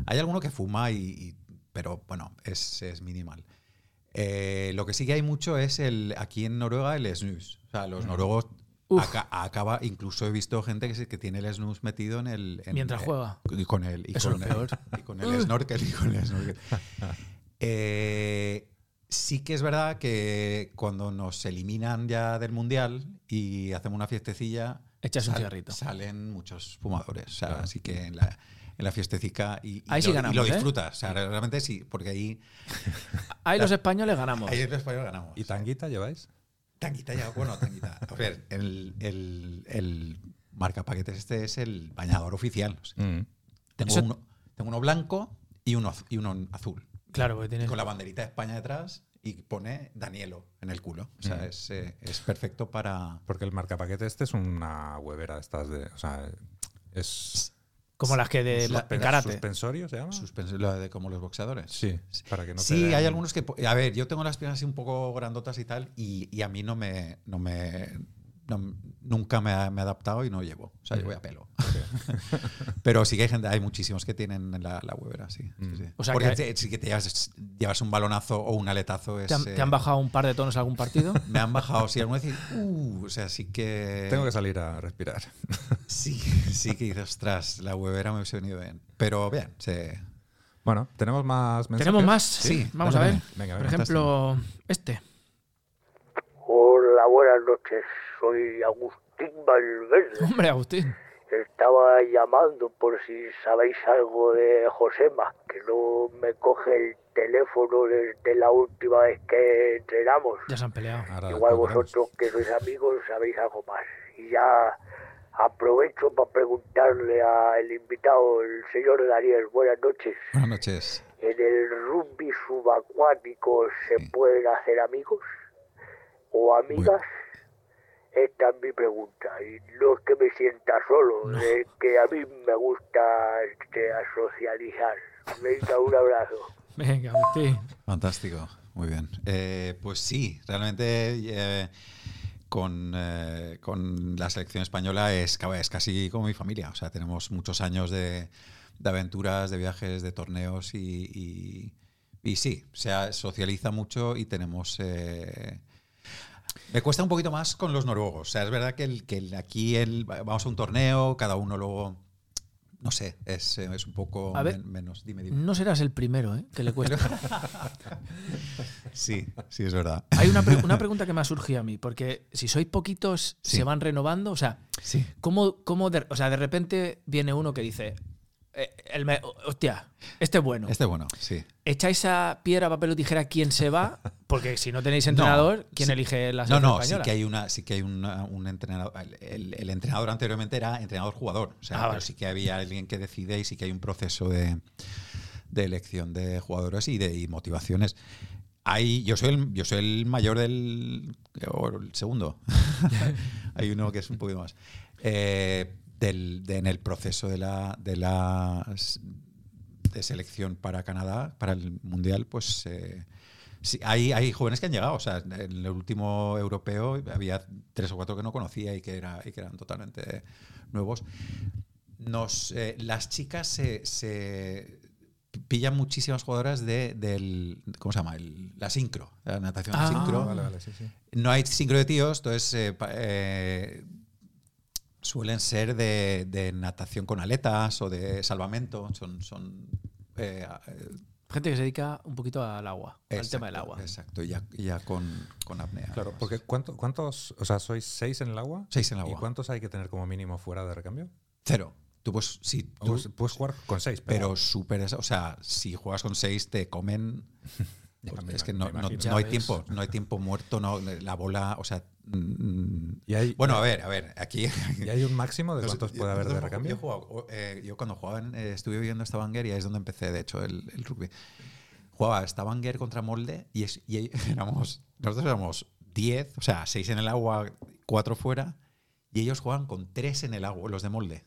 S3: hay alguno que fuma, y, y- pero bueno, es, es minimal. Eh, lo que sí que hay mucho es el aquí en Noruega el snus. O sea, los noruegos
S1: Mm. Uf.
S3: aca- acaba, incluso he visto gente que, se- que tiene el snus metido en el. en-
S1: Mientras
S3: eh,
S1: juega.
S3: y con el, y
S1: Eso
S3: con
S1: es
S3: el-
S1: peor.
S3: y con el snorkel y con el snorkel. Eh, sí que es verdad que cuando nos eliminan ya del mundial y hacemos una fiestecilla,
S1: Echas un cigarrito.
S3: salen muchos fumadores. O sea, así que en la, en la fiestecica y, y
S1: Ahí
S3: lo,
S1: sí
S3: y
S1: ganamos,
S3: lo
S1: ¿eh?
S3: disfrutas. O sea, realmente sí, porque ahí,
S1: Ahí los españoles ganamos.
S3: ahí en español ganamos.
S2: ¿Y tanguita lleváis?
S3: Tanguita ya, bueno, tanguita. A ver, el, el, el marcapaquetes este es el bañador oficial. O sea, tengo,
S1: Eso-
S3: uno, tengo uno blanco y uno, az- y uno azul.
S1: Claro, porque tienes.
S3: con la banderita de España detrás y pone Danielo en el culo. O sea,
S2: Mm.
S3: es, eh, es perfecto para...
S2: Porque el marcapaquete este es una huevera de estas de. O sea, es.
S1: Como las que de
S3: La-
S1: en
S2: suspen-
S1: karate.
S2: ¿Suspensorio se llama?
S3: suspens- lo de como los boxeadores.
S2: sí, para que no te
S3: sí,
S2: den-
S3: hay algunos que... po- A ver, yo tengo las piernas así un poco grandotas y tal, y, y a mí no me... No me no- nunca me, ha- me he adaptado y no llevo. O
S1: Mm.
S3: sea, yo voy a pelo. Pero sí que hay gente, hay muchísimos que tienen la, la huevera, sí. sí, sí.
S1: Mm. O sea,
S3: Porque
S1: que-
S3: sí que te llevas, llevas un balonazo o un aletazo. Es,
S1: ¿Te han,
S3: eh,
S1: te han bajado un par de tonos algún partido?
S3: Me han bajado, sí, alguna vez y, uh, o sea, sí que...
S2: Tengo que salir a respirar.
S3: Sí, sí que dices, ostras, la huevera me hubiese venido bien. Pero bien, se-
S2: Bueno, tenemos más mensajes.
S1: ¿Tenemos más?
S3: Sí,
S1: Vamos a
S3: dale,
S1: ver.
S2: venga, venga,
S1: Por ejemplo, este.
S6: Hola, buenas noches. Soy Agustín Valverde.
S1: Hombre, Agustín.
S6: Estaba llamando por si sabéis algo de Josema, que no me coge el teléfono desde la última vez que entrenamos.
S1: Ya se han peleado.
S3: Ah.
S2: Ahora
S6: Igual
S2: después veremos.
S6: vosotros que sois amigos sabéis algo más. Y ya aprovecho para preguntarle al invitado, el señor Daniel, buenas noches.
S3: buenas noches.
S6: ¿En el rugby subacuático se pueden hacer amigos o amigas? Esta es mi pregunta. Y no es que me sienta solo, es que a mí me gusta este, a socializar. Venga, un abrazo.
S1: Venga, Agustín.
S3: Fantástico, muy bien. Eh, pues sí, realmente eh, con, eh, con la selección española es, ca- es casi como mi familia. O sea, tenemos muchos años de, de aventuras, de viajes, de torneos y, y- y sí, se ha- socializa mucho y tenemos... eh, me cuesta un poquito más con los noruegos. O sea, es verdad que, el, que el- aquí el, vamos a un torneo, cada uno luego... No sé, es, eh, es un poco
S1: A ver. Mm.
S3: men- menos. Dime, dime.
S1: No serás el primero, ¿eh? Que le cuesta.
S3: Sí, sí, es verdad.
S1: Hay una, pre- una pregunta que me ha surgido a mí, porque si sois poquitos,
S3: Sí.
S1: se van renovando. O sea,
S3: Sí.
S1: ¿cómo, cómo de, o sea, de repente viene uno que dice. eh, el me- hostia, este es bueno.
S3: Este bueno, sí.
S1: ¿Echáis a piedra, papel o tijera quién se va? Porque si no tenéis entrenador, ¿quién
S3: sí.
S1: elige la
S3: No,
S1: selección
S3: no, sí
S1: española?
S3: que hay una, sí que hay una- un entrenador. El, el- el entrenador anteriormente era entrenador jugador. O sea,
S1: Ah,
S3: pero
S1: vale.
S3: sí que había alguien que decide y sí que hay un proceso de, de elección de jugadores y de y motivaciones. Hay, yo soy el, yo soy el mayor del o el segundo. hay uno que es un poquito más. Eh, del- de- en el proceso de la, de la s- de selección para Canadá, para el Mundial, pues eh, sí, hay, hay jóvenes que han llegado. O sea, en el último europeo había tres o cuatro que no conocía y que, era, y que eran totalmente nuevos. Nos, eh, las chicas se, se pillan muchísimas jugadoras de, del. ¿Cómo se llama? El- la sincro, la natación
S1: Ah,
S3: sincro.
S2: Vale, vale, sí, sí.
S3: No hay sincro de tíos, entonces eh, pa- eh, suelen ser de, de natación con aletas o de salvamento. Son. son eh, a- eh,
S1: Gente que se dedica un poquito al agua, al
S3: exacto,
S1: tema del agua.
S3: Exacto, y ya, y ya con, con apnea.
S2: Claro,
S3: además.
S2: porque cuánto- ¿cuántos? O sea, ¿sois seis en el agua?
S3: pues. Seis en el
S2: ¿Y
S3: agua.
S2: cuántos hay que tener como mínimo fuera de recambio?
S3: Cero. Tú pues sí,
S2: O
S3: tú-
S2: puedes- puedes jugar con seis, pero.
S3: pero súper. desa- O sea, si juegas con seis, te comen.
S2: Ya,
S3: Pues
S2: me
S3: es
S2: imag-
S3: que no,
S2: me
S3: no-
S2: imagino.
S3: no
S1: Ya
S3: hay
S1: ves.
S3: tiempo, no hay tiempo muerto, no, la bola, o sea. mm,
S2: ¿Y hay,
S3: bueno, a ver, a ver, aquí.
S2: ¿y hay un máximo de cuántos
S3: Nosotros-
S2: puede haber de
S3: nosotros- Pues, Yo,
S2: recambio?
S3: he jugado, o- eh, yo cuando jugaba, en- eh, estuve viviendo en Stavanger y ahí es donde empecé, de hecho, el, el rugby. Jugaba Stavanger contra Molde y, es- y ahí éramos, nosotros éramos 10, o sea, 6 en el agua, 4 fuera, Y ellos juegan con tres en el agua, los de molde.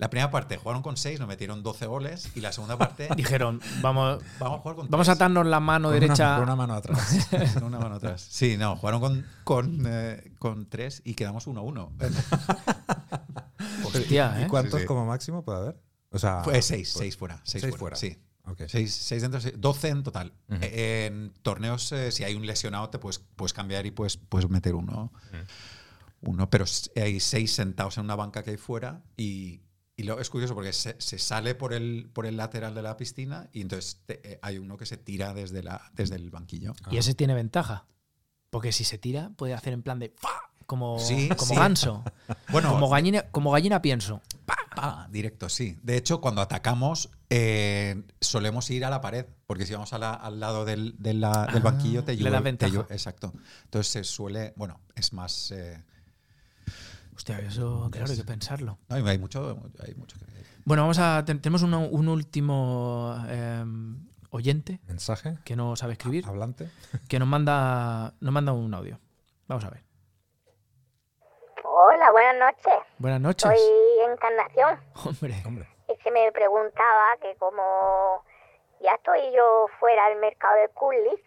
S3: La primera parte jugaron con seis, nos metieron 12 goles. Y la segunda parte,
S1: Dijeron, vamos,
S3: vamos a jugar con
S1: vamos a
S3: tres.
S1: atarnos la mano
S2: Con una-
S1: derecha.
S2: con una mano atrás.
S3: Con una mano atrás. Sí, no, jugaron con, con, eh, con tres y quedamos 1-1.
S1: Hostia,
S2: ¿Y
S1: ¿eh?
S2: cuántos
S3: Sí, sí.
S2: como máximo puede haber? O sea,
S3: Fue Pues seis, seis fuera. Seis,
S2: Ah, pues seis fuera.
S3: fuera. Sí.
S2: Ok.
S3: Seis, seis dentro, seis- 12 en total.
S2: Ujú.
S3: Eh, en torneos, eh, si hay un lesionado, te puedes, puedes cambiar y puedes, puedes meter uno. Uno, pero s- hay seis sentados en una banca que hay fuera y, y lo, es curioso porque se, se sale por el, por el lateral de la piscina y entonces te- eh, hay uno que se tira desde, la, desde el banquillo.
S1: Y ese tiene ventaja. Porque si se tira, puede hacer en plan de ¡fa! Como,
S3: Sí,
S1: como
S3: sí.
S1: ganso.
S3: Bueno, eh,
S1: Como gallina, como gallina pienso.
S3: Ah, directo, sí. De hecho, cuando atacamos, eh, solemos ir a la pared, porque si vamos a la- al lado del, de la- del
S1: Ah,
S3: banquillo te
S1: le
S3: llueve.
S1: das
S3: te
S1: ventaja.
S3: llueve- exacto. Entonces se suele, bueno, es más... eh,
S1: Hostia, eso, claro, hay que pensarlo.
S3: no, hay hay mucho, hay mucho que...
S1: Bueno, vamos a. ten- Tenemos una- un, último eh, oyente
S2: ¿Mensaje?
S1: que no sabe escribir,
S2: ¿Hablante?
S1: que nos manda, nos manda un audio. Vamos a ver.
S7: Hola, buenas noches.
S1: Buenas noches.
S7: Soy Encarnación
S1: Hombre.
S2: Hombre.
S7: y que me preguntaba que como ya estoy yo fuera del mercado de Kulik,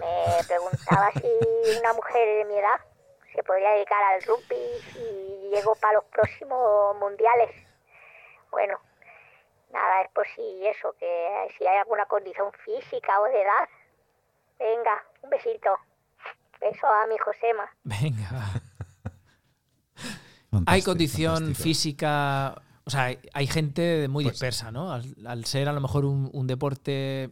S7: me preguntaba si una mujer de mi edad se podría dedicar al rugby si llego para los próximos mundiales. Bueno, nada, es por si eso, que si hay alguna condición física o de edad. Venga, un besito. Beso a mi Josema.
S1: Venga. Hay condición física. O sea, hay- hay gente muy
S3: Pues-
S1: dispersa, ¿no? Al, al ser a lo mejor un, un deporte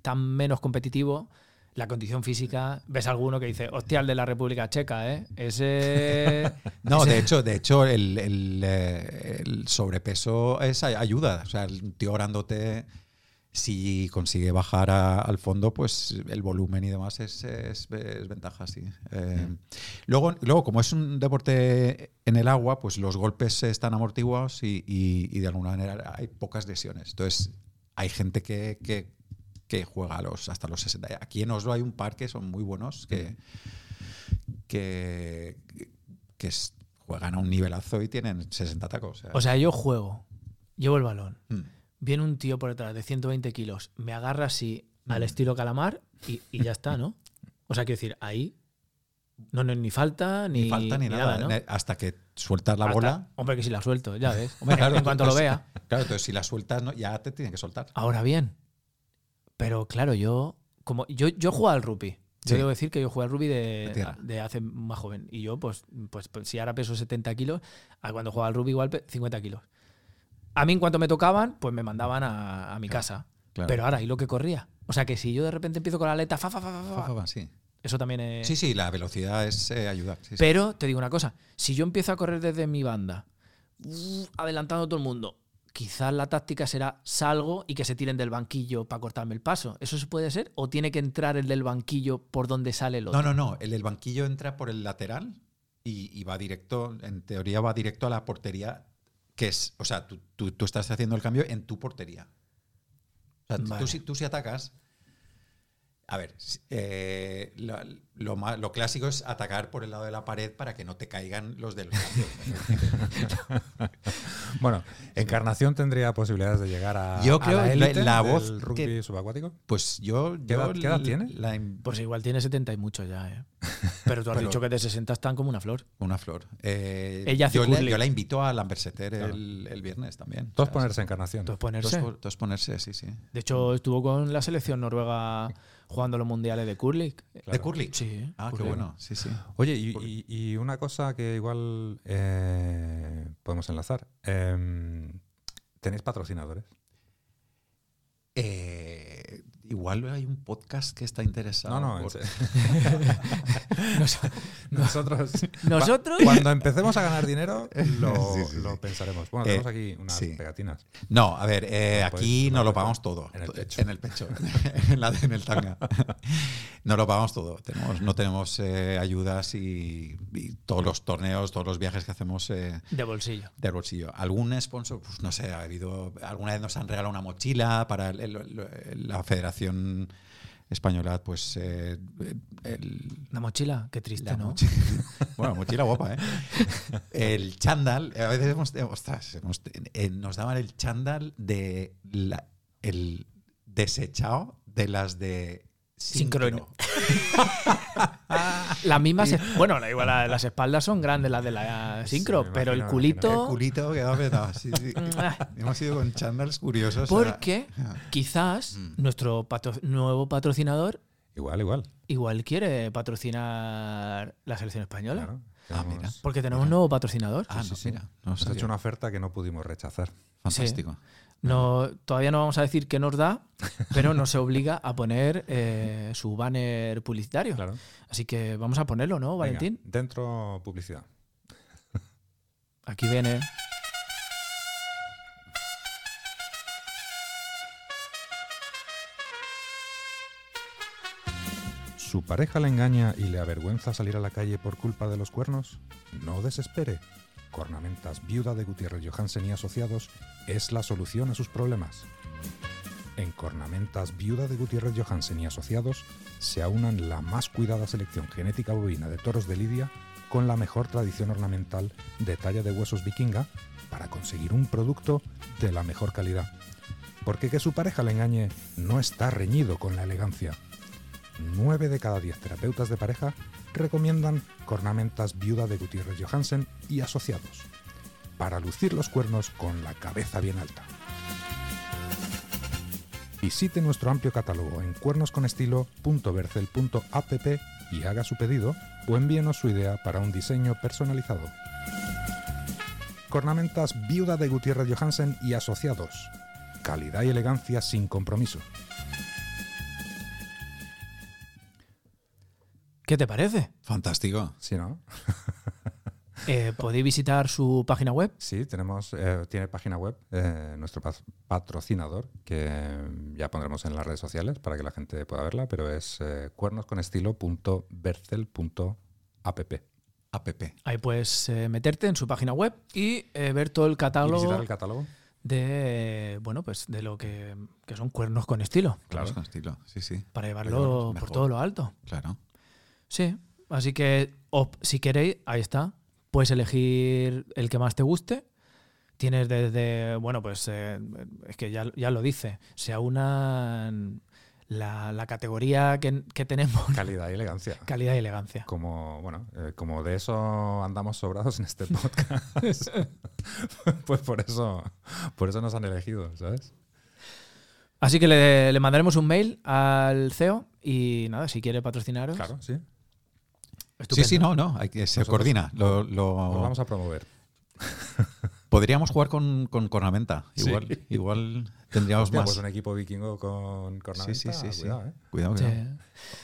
S1: tan menos competitivo, la condición física. Ves alguno que dice, hostia, el de la República Checa, ¿eh? Ese.
S3: No, de hecho, de hecho el, el, eh, el sobrepeso es ay- ayuda. O sea, el tío orándote, si consigue bajar a- al fondo, pues el volumen y demás es, es- es ventaja, sí. Eh,
S1: Mm.
S3: luego, luego, como es un deporte en el agua, pues los golpes están amortiguados y, y- y de alguna manera hay pocas lesiones. Entonces, hay gente que, que- que juega a los, hasta los 60. Aquí en Oslo hay un par que son muy buenos, que, que, que es- juegan a un nivelazo y tienen 60 tacos.
S1: O sea, yo juego, llevo el balón,
S3: Mm.
S1: viene un tío por detrás de 120 kilos, me agarra así al estilo calamar y, y ya está, ¿no? O sea, quiero decir, ahí no, no ni falta ni,
S3: ni falta ni, nada.
S1: ¿no?
S3: Ne- Hasta que sueltas la
S1: Hasta-
S3: bola.
S1: Hombre, que si la suelto, ya ves.
S3: Hombre, claro,
S1: en cuanto lo
S3: entonces-
S1: vea.
S3: Claro, entonces si la sueltas, no, ya te tiene que soltar.
S1: Ahora bien. Pero claro, yo. Como, yo, yo jugaba al rugby. Yo
S3: Sí.
S1: debo decir que yo jugué al rugby
S3: De
S1: de,
S3: tierra.
S1: de hace más joven. Y yo, pues, pues, pues, si ahora peso 70 kilos, a cuando jugaba al rugby igual pe- 50 kilos. A mí en cuanto me tocaban, pues me mandaban a, a mi casa.
S3: claro.
S1: Pero ahora, ¿y lo que corría? O sea, que si yo de repente empiezo con la aleta, fa, fa, fa, fa, fa,
S3: Fa, fa, fa, sí.
S1: eso también es...
S3: sí, sí, la velocidad es eh, ayudar. sí, sí.
S1: Eh. Pero te digo una cosa, si yo empiezo a correr desde mi banda, uh, adelantando a todo el mundo, quizás la táctica será salgo y que se tiren del banquillo para cortarme el paso. ¿Eso se puede ser? ¿O tiene que entrar el del banquillo por donde sale el otro?
S3: No, no, no. El del banquillo entra por el lateral y, y va directo, en teoría va directo a la portería, que es, o sea, tú, tú- tú estás haciendo el cambio en tu portería. O sea, tú-
S1: Vale.
S3: tú, si, tú si atacas... A ver, si- eh, lo, lo ma- lo clásico es atacar por el lado de la pared para que no te caigan los del
S2: Bueno, Encarnación tendría posibilidades de llegar a.
S3: Yo
S2: a
S3: creo
S2: la,
S3: la-
S2: élite
S3: la
S2: del
S3: voz que-
S2: rugby subacuático.
S3: Pues yo...
S2: ¿Qué
S3: yo
S2: edad- qué edad
S3: l-
S2: tiene?
S3: la im-
S1: Pues igual tiene 70 y mucho ya, ¿eh? Pero tú has
S3: Pero-
S1: dicho que de 60 están como una flor.
S3: una flor. Eh,
S1: Ella hace
S3: yo, la,
S1: curling.
S3: yo la invito a Lamberseter
S2: Claro.
S3: el, el viernes también.
S2: Todos
S3: O sea,
S2: ponerse Encarnación.
S1: Entonces
S3: todos
S1: ponerse...
S3: po- todos ponerse, sí, sí.
S1: De hecho, estuvo con la selección noruega jugando los mundiales de curling.
S3: ¿De curling?
S1: Sí.
S3: Ah, qué
S1: curling.
S3: bueno. Sí, sí.
S2: Oye, y,
S3: Por-
S2: y- y una cosa que igual eh, podemos enlazar. Em, ¿Tenéis patrocinadores?
S3: Eh, igual hay un podcast que está interesado.
S2: No, no, en
S3: por-
S2: serio.
S1: Nos-
S2: nosotros.
S1: Nosotros...
S2: Cuando empecemos a ganar dinero, lo,
S3: Sí, sí,
S2: lo
S3: sí.
S2: pensaremos. Bueno,
S3: Eh,
S2: tenemos aquí unas
S3: sí.
S2: pegatinas.
S3: No, a ver, eh,
S2: No, pues,
S3: aquí
S2: no,
S3: no
S2: no,
S3: lo pagamos todo.
S2: en el pecho.
S3: En el pecho, en, la- en el tanga. No lo pagamos todo. Tenemos, no tenemos eh, ayudas y, y todos los torneos, todos los viajes que hacemos. eh,
S1: De bolsillo.
S3: del bolsillo. ¿Algún sponsor? Pues no sé, ha habido. Alguna vez nos han regalado una mochila para el- el- la Federación española, pues eh, el,
S1: La mochila, qué triste,
S3: la
S1: ¿no?
S3: mochi- bueno, mochila guapa, ¿eh? El chándal, a veces hemos, eh, ostras, hemos- eh, nos daban el chándal de la- el desechado de las de
S1: Sincrono.
S3: sincro.
S1: Las mismas. Bueno, la- igual la- las espaldas son grandes, las de la
S2: Sí,
S1: sincro,
S2: me
S1: pero el
S2: imagino, me
S1: culito.
S2: imagino.
S3: El culito quedaba petado. Sí, sí.
S2: Mm.
S1: Ah,
S3: Hemos ido con chándals curiosos.
S1: Porque
S3: Ah.
S1: quizás
S2: Mm.
S1: nuestro patro- nuevo patrocinador
S2: Igual, igual.
S1: igual quiere patrocinar la selección española.
S2: Claro.
S3: Ah,
S2: Tenemos-
S3: mira.
S1: Porque tenemos un nuevo patrocinador.
S3: Ah,
S2: sí,
S3: no,
S2: sí.
S3: mira. No
S2: Nos ha
S3: sabía.
S2: hecho una oferta que no pudimos rechazar.
S3: Fantástico.
S1: No, todavía no vamos a decir qué nos da, pero nos obliga a poner eh, su banner publicitario.
S2: Claro.
S1: Así que vamos a ponerlo, ¿no,
S2: Venga,
S1: Valentín?
S2: dentro publicidad.
S1: Aquí viene.
S2: ¿Su pareja la engaña y le avergüenza salir a la calle por culpa de los cuernos? No desespere. Cornamentas Viuda de Gutiérrez Johansen y Asociados es la solución a sus problemas. En Cornamentas Viuda de Gutiérrez Johansen y Asociados se aunan la más cuidada selección genética bovina de toros de Lidia con la mejor tradición ornamental de talla de huesos vikinga para conseguir un producto de la mejor calidad. Porque que su pareja le engañe no está reñido con la elegancia. 9 de cada 10 terapeutas de pareja recomiendan cornamentas viuda de Gutiérrez Johansen y asociados, para lucir los cuernos con la cabeza bien alta. Visite nuestro amplio catálogo en cuernosconestilo.bercel.app y haga su pedido o envíenos su idea para un diseño personalizado. Cornamentas viuda de Gutiérrez Johansen y asociados. Calidad y elegancia sin compromiso.
S1: ¿Qué te parece?
S3: Fantástico.
S2: ¿Sí, no?
S1: Eh, Podéis visitar su página web.
S2: Sí, tenemos, eh, tiene página web eh, nuestro pas- patrocinador, que mm, ya pondremos en las redes sociales para que la gente pueda verla, pero es eh, cuernosconestilo.bercel.app.
S3: APP.
S1: Ahí puedes eh, meterte en su página web y eh, ver todo el
S2: Y
S1: catálogo
S2: visitar el catálogo.
S1: de bueno pues de lo que, que son cuernos con estilo
S3: Claro. Con estilo. Sí, sí.
S1: para
S3: Pero
S1: llevarlo
S3: mejor.
S1: por todo lo alto.
S3: Claro.
S1: Sí, así que op- si queréis, ahí está. Puedes elegir el que más te guste. Tienes desde, bueno, pues eh, es que ya, ya lo dice, se aunan la, la categoría que, que tenemos,
S2: Calidad y elegancia.
S1: calidad y elegancia.
S2: Como, bueno, eh, como de eso andamos sobrados en este podcast. pues por eso, por eso nos han elegido, ¿sabes?
S1: Así que le, le mandaremos un mail al CEO y nada, si quiere patrocinaros,
S2: Claro, sí.
S1: estupendo.
S3: Sí, sí, no, no. hay que- se
S2: Nosotros-
S3: coordina. Lo, lo-
S2: Os vamos a promover.
S3: Podríamos jugar con, con cornamenta.
S2: Sí.
S3: Igual, igual tendríamos
S2: Hostia,
S3: más.
S2: pues un equipo vikingo con cornamenta.
S3: sí, sí, sí, sí.
S2: cuidado, ¿eh?
S3: Cuidado,
S1: Sí.
S3: cuidado.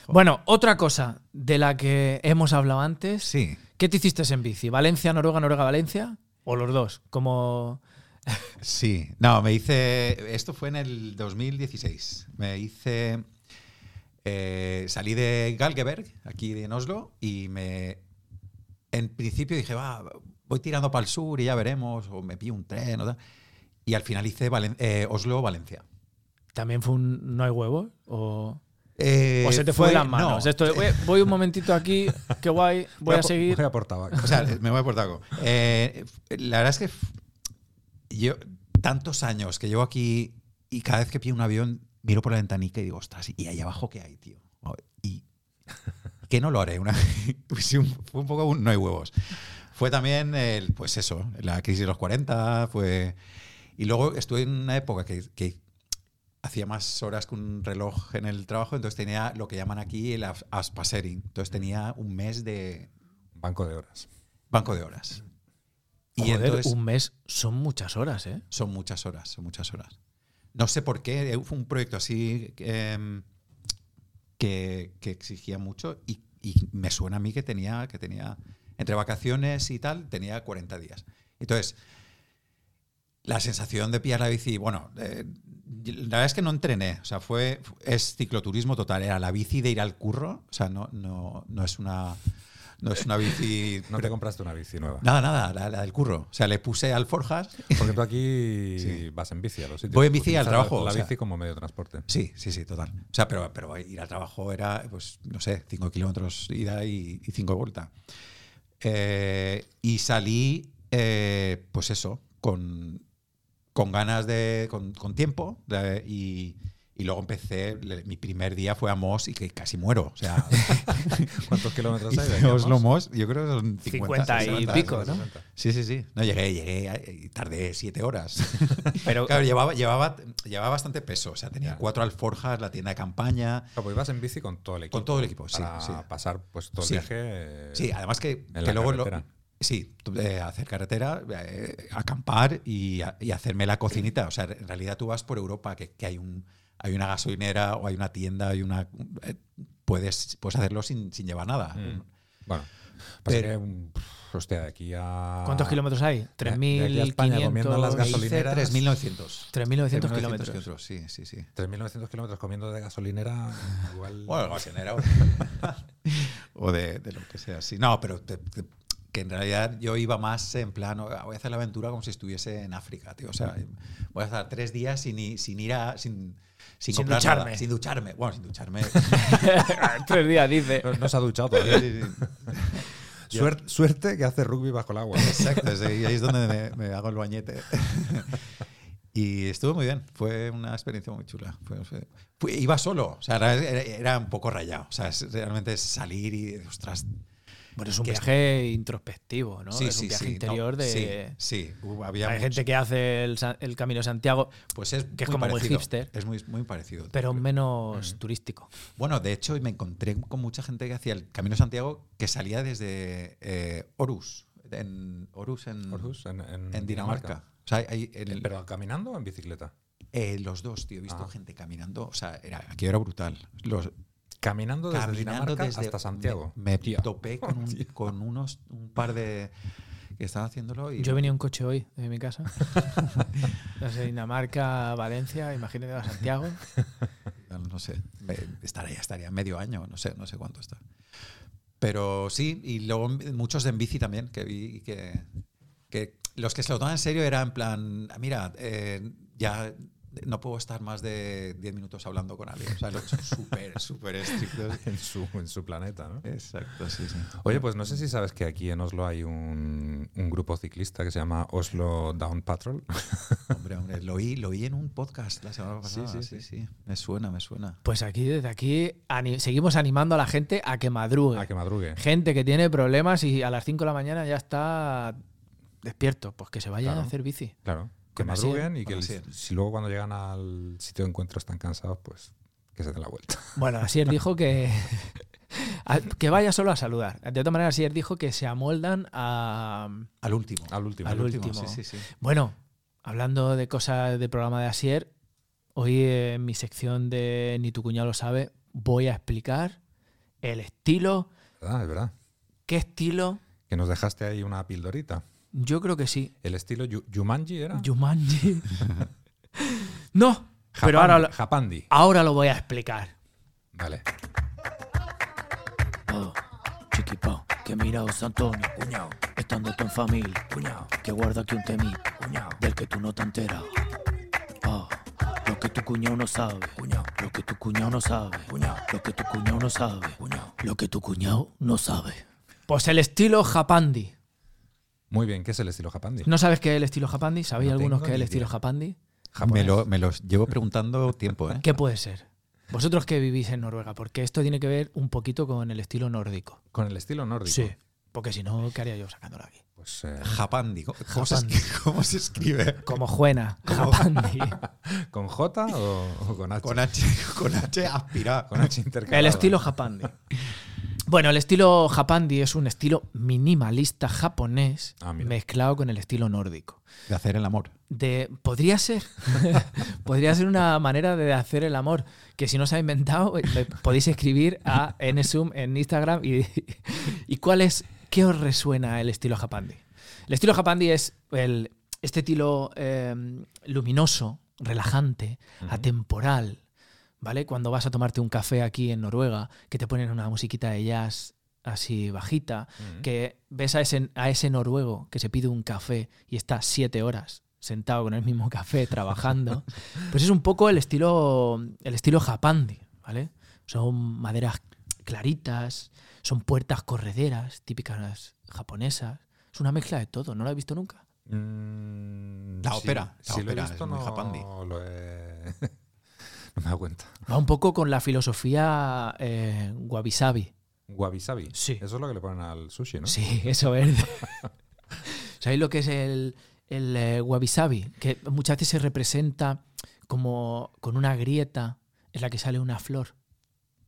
S1: Bueno, otra cosa de la que hemos hablado antes.
S3: Sí.
S1: ¿Qué te hiciste en bici? ¿Valencia, Noruega, Noruega, Valencia? ¿O los dos? Como
S3: Sí, no, me hice. Esto fue en el 2016. Me hice. eh, salí de Galgeberg, aquí en Oslo, y me. En principio dije, va, voy tirando para el sur y ya veremos, o me pillo un tren o tal. Y al final hice Valen- eh, Oslo-Valencia.
S1: también fue un no hay huevo. O,
S3: Eh,
S1: o se te fue, de las
S3: no,
S1: manos. Esto de, "Oye, voy un momentito aquí, qué guay, voy a
S2: po-
S1: seguir.
S2: Voy a por tabaco.
S3: O sea, me voy por taco. Eh, la verdad es que f- yo, tantos años que llevo aquí y cada vez que pillo un avión, miro por la ventanica y digo, ostras, ¿y ahí abajo qué hay, tío? Oh, Y que no lo haré. Una, pues sí, un- fue un poco un no hay huevos. Fue también, el, pues eso, la crisis de los 40, fue... Y luego estuve en una época que, que hacía más horas que un reloj en el trabajo, entonces tenía lo que llaman aquí el as- aspasering. Entonces tenía un mes de,
S2: Banco de horas.
S3: Banco de horas. Y
S1: Joder,
S3: entonces
S1: un mes son muchas horas, ¿eh?
S3: son muchas horas, son muchas horas. No sé por qué, eh, fue un proyecto así eh, que, que exigía mucho y, y me suena a mí que tenía, que tenía, entre vacaciones y tal, tenía 40 días. Entonces, la sensación de pillar la bici, bueno, eh, la verdad es que no entrené, o sea, fue, es cicloturismo total, era la bici de ir al curro, o sea, no, no, no es una... No es una bici.
S2: No te compraste una bici nueva.
S3: Nada, nada, la, la del curro. O sea, le puse alforjas.
S2: Porque tú aquí
S3: Sí.
S2: vas en bici a los sitios.
S3: Voy en bici al
S2: Utilizas la-
S3: trabajo,
S2: La,
S3: o sea.
S2: bici como medio de transporte.
S3: Sí, sí, sí, total. O sea, pero, pero ir al trabajo era, pues, no sé, 5 kilómetros ida y 5 vuelta. Eh, y salí, eh, pues eso, con, con ganas de. con, con tiempo. de- y, y luego empecé, le- mi primer día fue a Moss y que casi muero. O sea,
S2: ¿Cuántos kilómetros hay?
S3: hice
S2: de
S3: Oslo
S2: Oslo
S3: Moss, yo creo que son 50,
S1: 50 y
S3: 60,
S1: pico, ¿no?
S3: Sí, sí, sí. No, llegué, llegué eh, y tardé siete horas.
S1: Pero-
S3: claro, llevaba, llevaba, llevaba bastante peso. O sea, tenía
S2: Ya.
S3: cuatro alforjas, la tienda de campaña.
S2: pues ibas en bici con todo el equipo.
S3: Con todo el equipo, sí,
S2: Para
S3: sí.
S2: pasar pues, todo el
S3: Sí.
S2: viaje. eh,
S3: Sí, además que,
S2: en
S3: que
S2: la
S3: luego lo-
S2: carretera.
S3: sí, tú, eh, hacer carretera, eh, acampar y, a- y hacerme la cocinita. O sea, en realidad tú vas por Europa, que, que hay un hay una gasolinera o hay una tienda, hay una eh, puedes, puedes hacerlo sin, sin llevar nada.
S2: Mm. Bueno, pasa
S3: Pero-
S2: que, um, pff, hostia, de aquí a.
S1: ¿Cuántos kilómetros hay?
S2: Ah, de aquí a España comiendo las
S1: 3.500...
S3: Hice
S2: gasolineras.
S3: 3.900.
S1: 3.900
S3: 3.900
S1: kilómetros.
S3: Sí, sí, sí.
S2: 3.900 kilómetros comiendo de gasolinera. Igual.
S3: Bueno, gasolinera. o de, de lo que sea, sí. No, pero te- te- que en realidad yo iba más en plano, voy a hacer la aventura como si estuviese en África, tío. O sea, voy a estar tres días sin, i- sin ir a... Sin, sin,
S1: Sin
S3: comprar
S1: ducharme.
S3: nada, sin ducharme. Bueno, sin ducharme.
S1: Tres días, dice.
S2: No se ha duchado todavía.
S3: Sí, sí, sí.
S2: Suerte, suerte que hace rugby bajo el agua.
S3: Exacto, sí, y ahí es donde me, me hago el bañete. Y estuvo muy bien, fue una experiencia muy chula. Fue- fue- fue- iba solo, o sea, era, era- era un poco rayado. O sea, es- realmente es salir y, ostras,
S1: Bueno, es un
S3: que-
S1: viaje introspectivo, ¿no?
S3: Sí,
S1: es un
S3: sí,
S1: viaje
S3: sí,
S1: interior
S3: no,
S1: de...
S3: Sí, sí, hubo- había
S1: Hay
S3: mucho-
S1: gente que hace el, Sa- el Camino de Santiago,
S3: pues es
S1: que es como muy
S3: parecido,
S1: hipster.
S3: Es muy, muy parecido.
S1: pero
S2: mm.
S1: menos turístico.
S3: Bueno, de hecho, me encontré con mucha gente que hacía el Camino de Santiago que salía desde eh, Orus, en Orus, en,
S2: Orhus, en, en- Eh,
S3: en Dinamarca. O sea, hay- en
S1: Eh,
S3: el-
S2: ¿Pero caminando o en bicicleta?
S3: eh, los dos, tío, he visto
S2: Ah.
S3: gente caminando. O sea, era, aquí era brutal. Los,
S2: Caminando desde
S3: caminando
S2: Dinamarca
S3: desde-
S2: hasta Santiago.
S3: Me, me
S2: Tía.
S3: topé con, un, con unos, un par de que estaban haciéndolo y
S1: Yo venía en coche hoy de mi casa. Desde Dinamarca, a Valencia, imagínate a Santiago.
S3: no, no sé, me- estaría, estaría medio año, no sé, no sé cuánto está. Pero sí, y luego en- muchos de en bici también, que vi y que, que los que se lo toman en serio era en plan, "Ah, mira, eh, ya no puedo estar más de 10 minutos hablando con alguien. O sea, los súper, súper estrictos.
S2: En su, en su planeta, ¿no?
S3: Exacto, sí, sí.
S2: Oye, pues no sé si sabes que aquí en Oslo hay un, un grupo ciclista que se llama Oslo Down Patrol.
S3: Hombre, hombre, lo oí, lo oí en un podcast la semana
S2: Sí,
S3: pasada.
S2: sí,
S3: Sí,
S2: sí.
S3: sí, Me suena, me suena.
S1: Pues aquí, desde aquí, ani- seguimos animando a la gente a que madrugue.
S2: A que madrugue.
S1: Gente que tiene problemas y a las 5 de la mañana ya está despierto, pues que se vayan
S2: Claro.
S1: a hacer bici.
S2: Claro. Que
S1: Con la silla,
S2: madruguen y que
S3: con la
S2: el-
S3: silla.
S2: si luego cuando llegan al sitio de encuentro están cansados, pues que se den la vuelta.
S1: Bueno, Asier dijo que. a- que vaya solo a saludar. De todas maneras, Asier dijo que se amoldan a.
S3: Al último.
S2: Al último.
S1: Al último.
S3: Sí, sí, sí.
S1: Bueno, hablando de cosas del programa de Asier, hoy eh, en mi sección de Ni tu cuñado lo sabe, voy a explicar el estilo.
S2: Ah, es verdad.
S1: ¿Qué estilo?
S2: Que nos dejaste ahí una pildorita.
S1: Yo creo que sí.
S2: El estilo Yu- Yumanji era.
S1: Jumanji. no,
S2: Japandi-
S1: pero ahora lo,
S2: Japandi.
S1: ahora lo voy a explicar.
S2: Vale.
S8: Oh, chiquipao, que miraos Antonio, cuñao, estando tú en familia, cuñao, que guarda aquí un temí, cuñao, del que tú no te enteras. Oh, lo que tu cuñao no sabe, cuñao, lo que tu cuñao no sabe, cuñao, lo que tu cuñao no sabe, cuñao, lo que tu cuñao no sabe.
S1: Pues el estilo Japandi.
S2: Muy bien, ¿qué es el estilo Japandi?
S1: ¿No sabes qué es el estilo Japandi? ¿Sabéis
S2: No
S1: algunos
S2: tengo
S1: qué es el
S2: ni
S1: estilo
S2: idea.
S1: Japandi?
S3: Me lo, me los llevo preguntando tiempo, ¿eh?
S1: ¿Qué puede ser? Vosotros que vivís en Noruega, porque esto tiene que ver un poquito con el estilo nórdico.
S2: Con el estilo nórdico.
S1: Sí. Porque si no, ¿qué haría yo sacándolo aquí?
S2: Pues eh,
S3: Japandi. ¿Cómo, cómo se
S1: Japandi.
S3: escribe, cómo se escribe?
S1: Como Juena, Japandi.
S2: ¿Con J o, o con H?
S3: Con H, con H aspirado.
S2: Con H intercalada.
S1: El estilo Japandi. Bueno, el estilo Japandi es un estilo minimalista japonés
S2: Ah, mira.
S1: mezclado con el estilo nórdico.
S3: De hacer el amor.
S1: De, podría ser, podría ser una manera de hacer el amor, que si no se ha inventado, le podéis escribir a Nsum en Instagram y, y cuál es, qué os resuena el estilo Japandi. El estilo Japandi es el, este estilo eh, luminoso, relajante, atemporal, ¿vale? Cuando vas a tomarte un café aquí en Noruega, que te ponen una musiquita de jazz así bajita,
S2: Mm.
S1: que ves a ese, a ese noruego que se pide un café y está siete horas sentado con el mismo café trabajando, pues es un poco el estilo, el estilo japandi, ¿vale? Son maderas claritas, son puertas correderas, típicas japonesas. Es una mezcla de todo, no lo he visto nunca.
S2: Mm,
S3: La
S2: sí,
S3: ópera, la
S2: sí lo he
S3: ópera,
S2: visto,
S3: es muy
S2: no
S3: japandi.
S2: lo he- no me he dado cuenta.
S1: Va un poco con la filosofía eh, wabi-sabi.
S2: Wabi Sabi.
S1: Sí.
S2: Eso es lo que le ponen al sushi, ¿no?
S1: Sí, eso es. ¿Sabéis lo que es el, el eh, wabi-sabi? Que muchas veces se representa como con una grieta en la que sale una flor.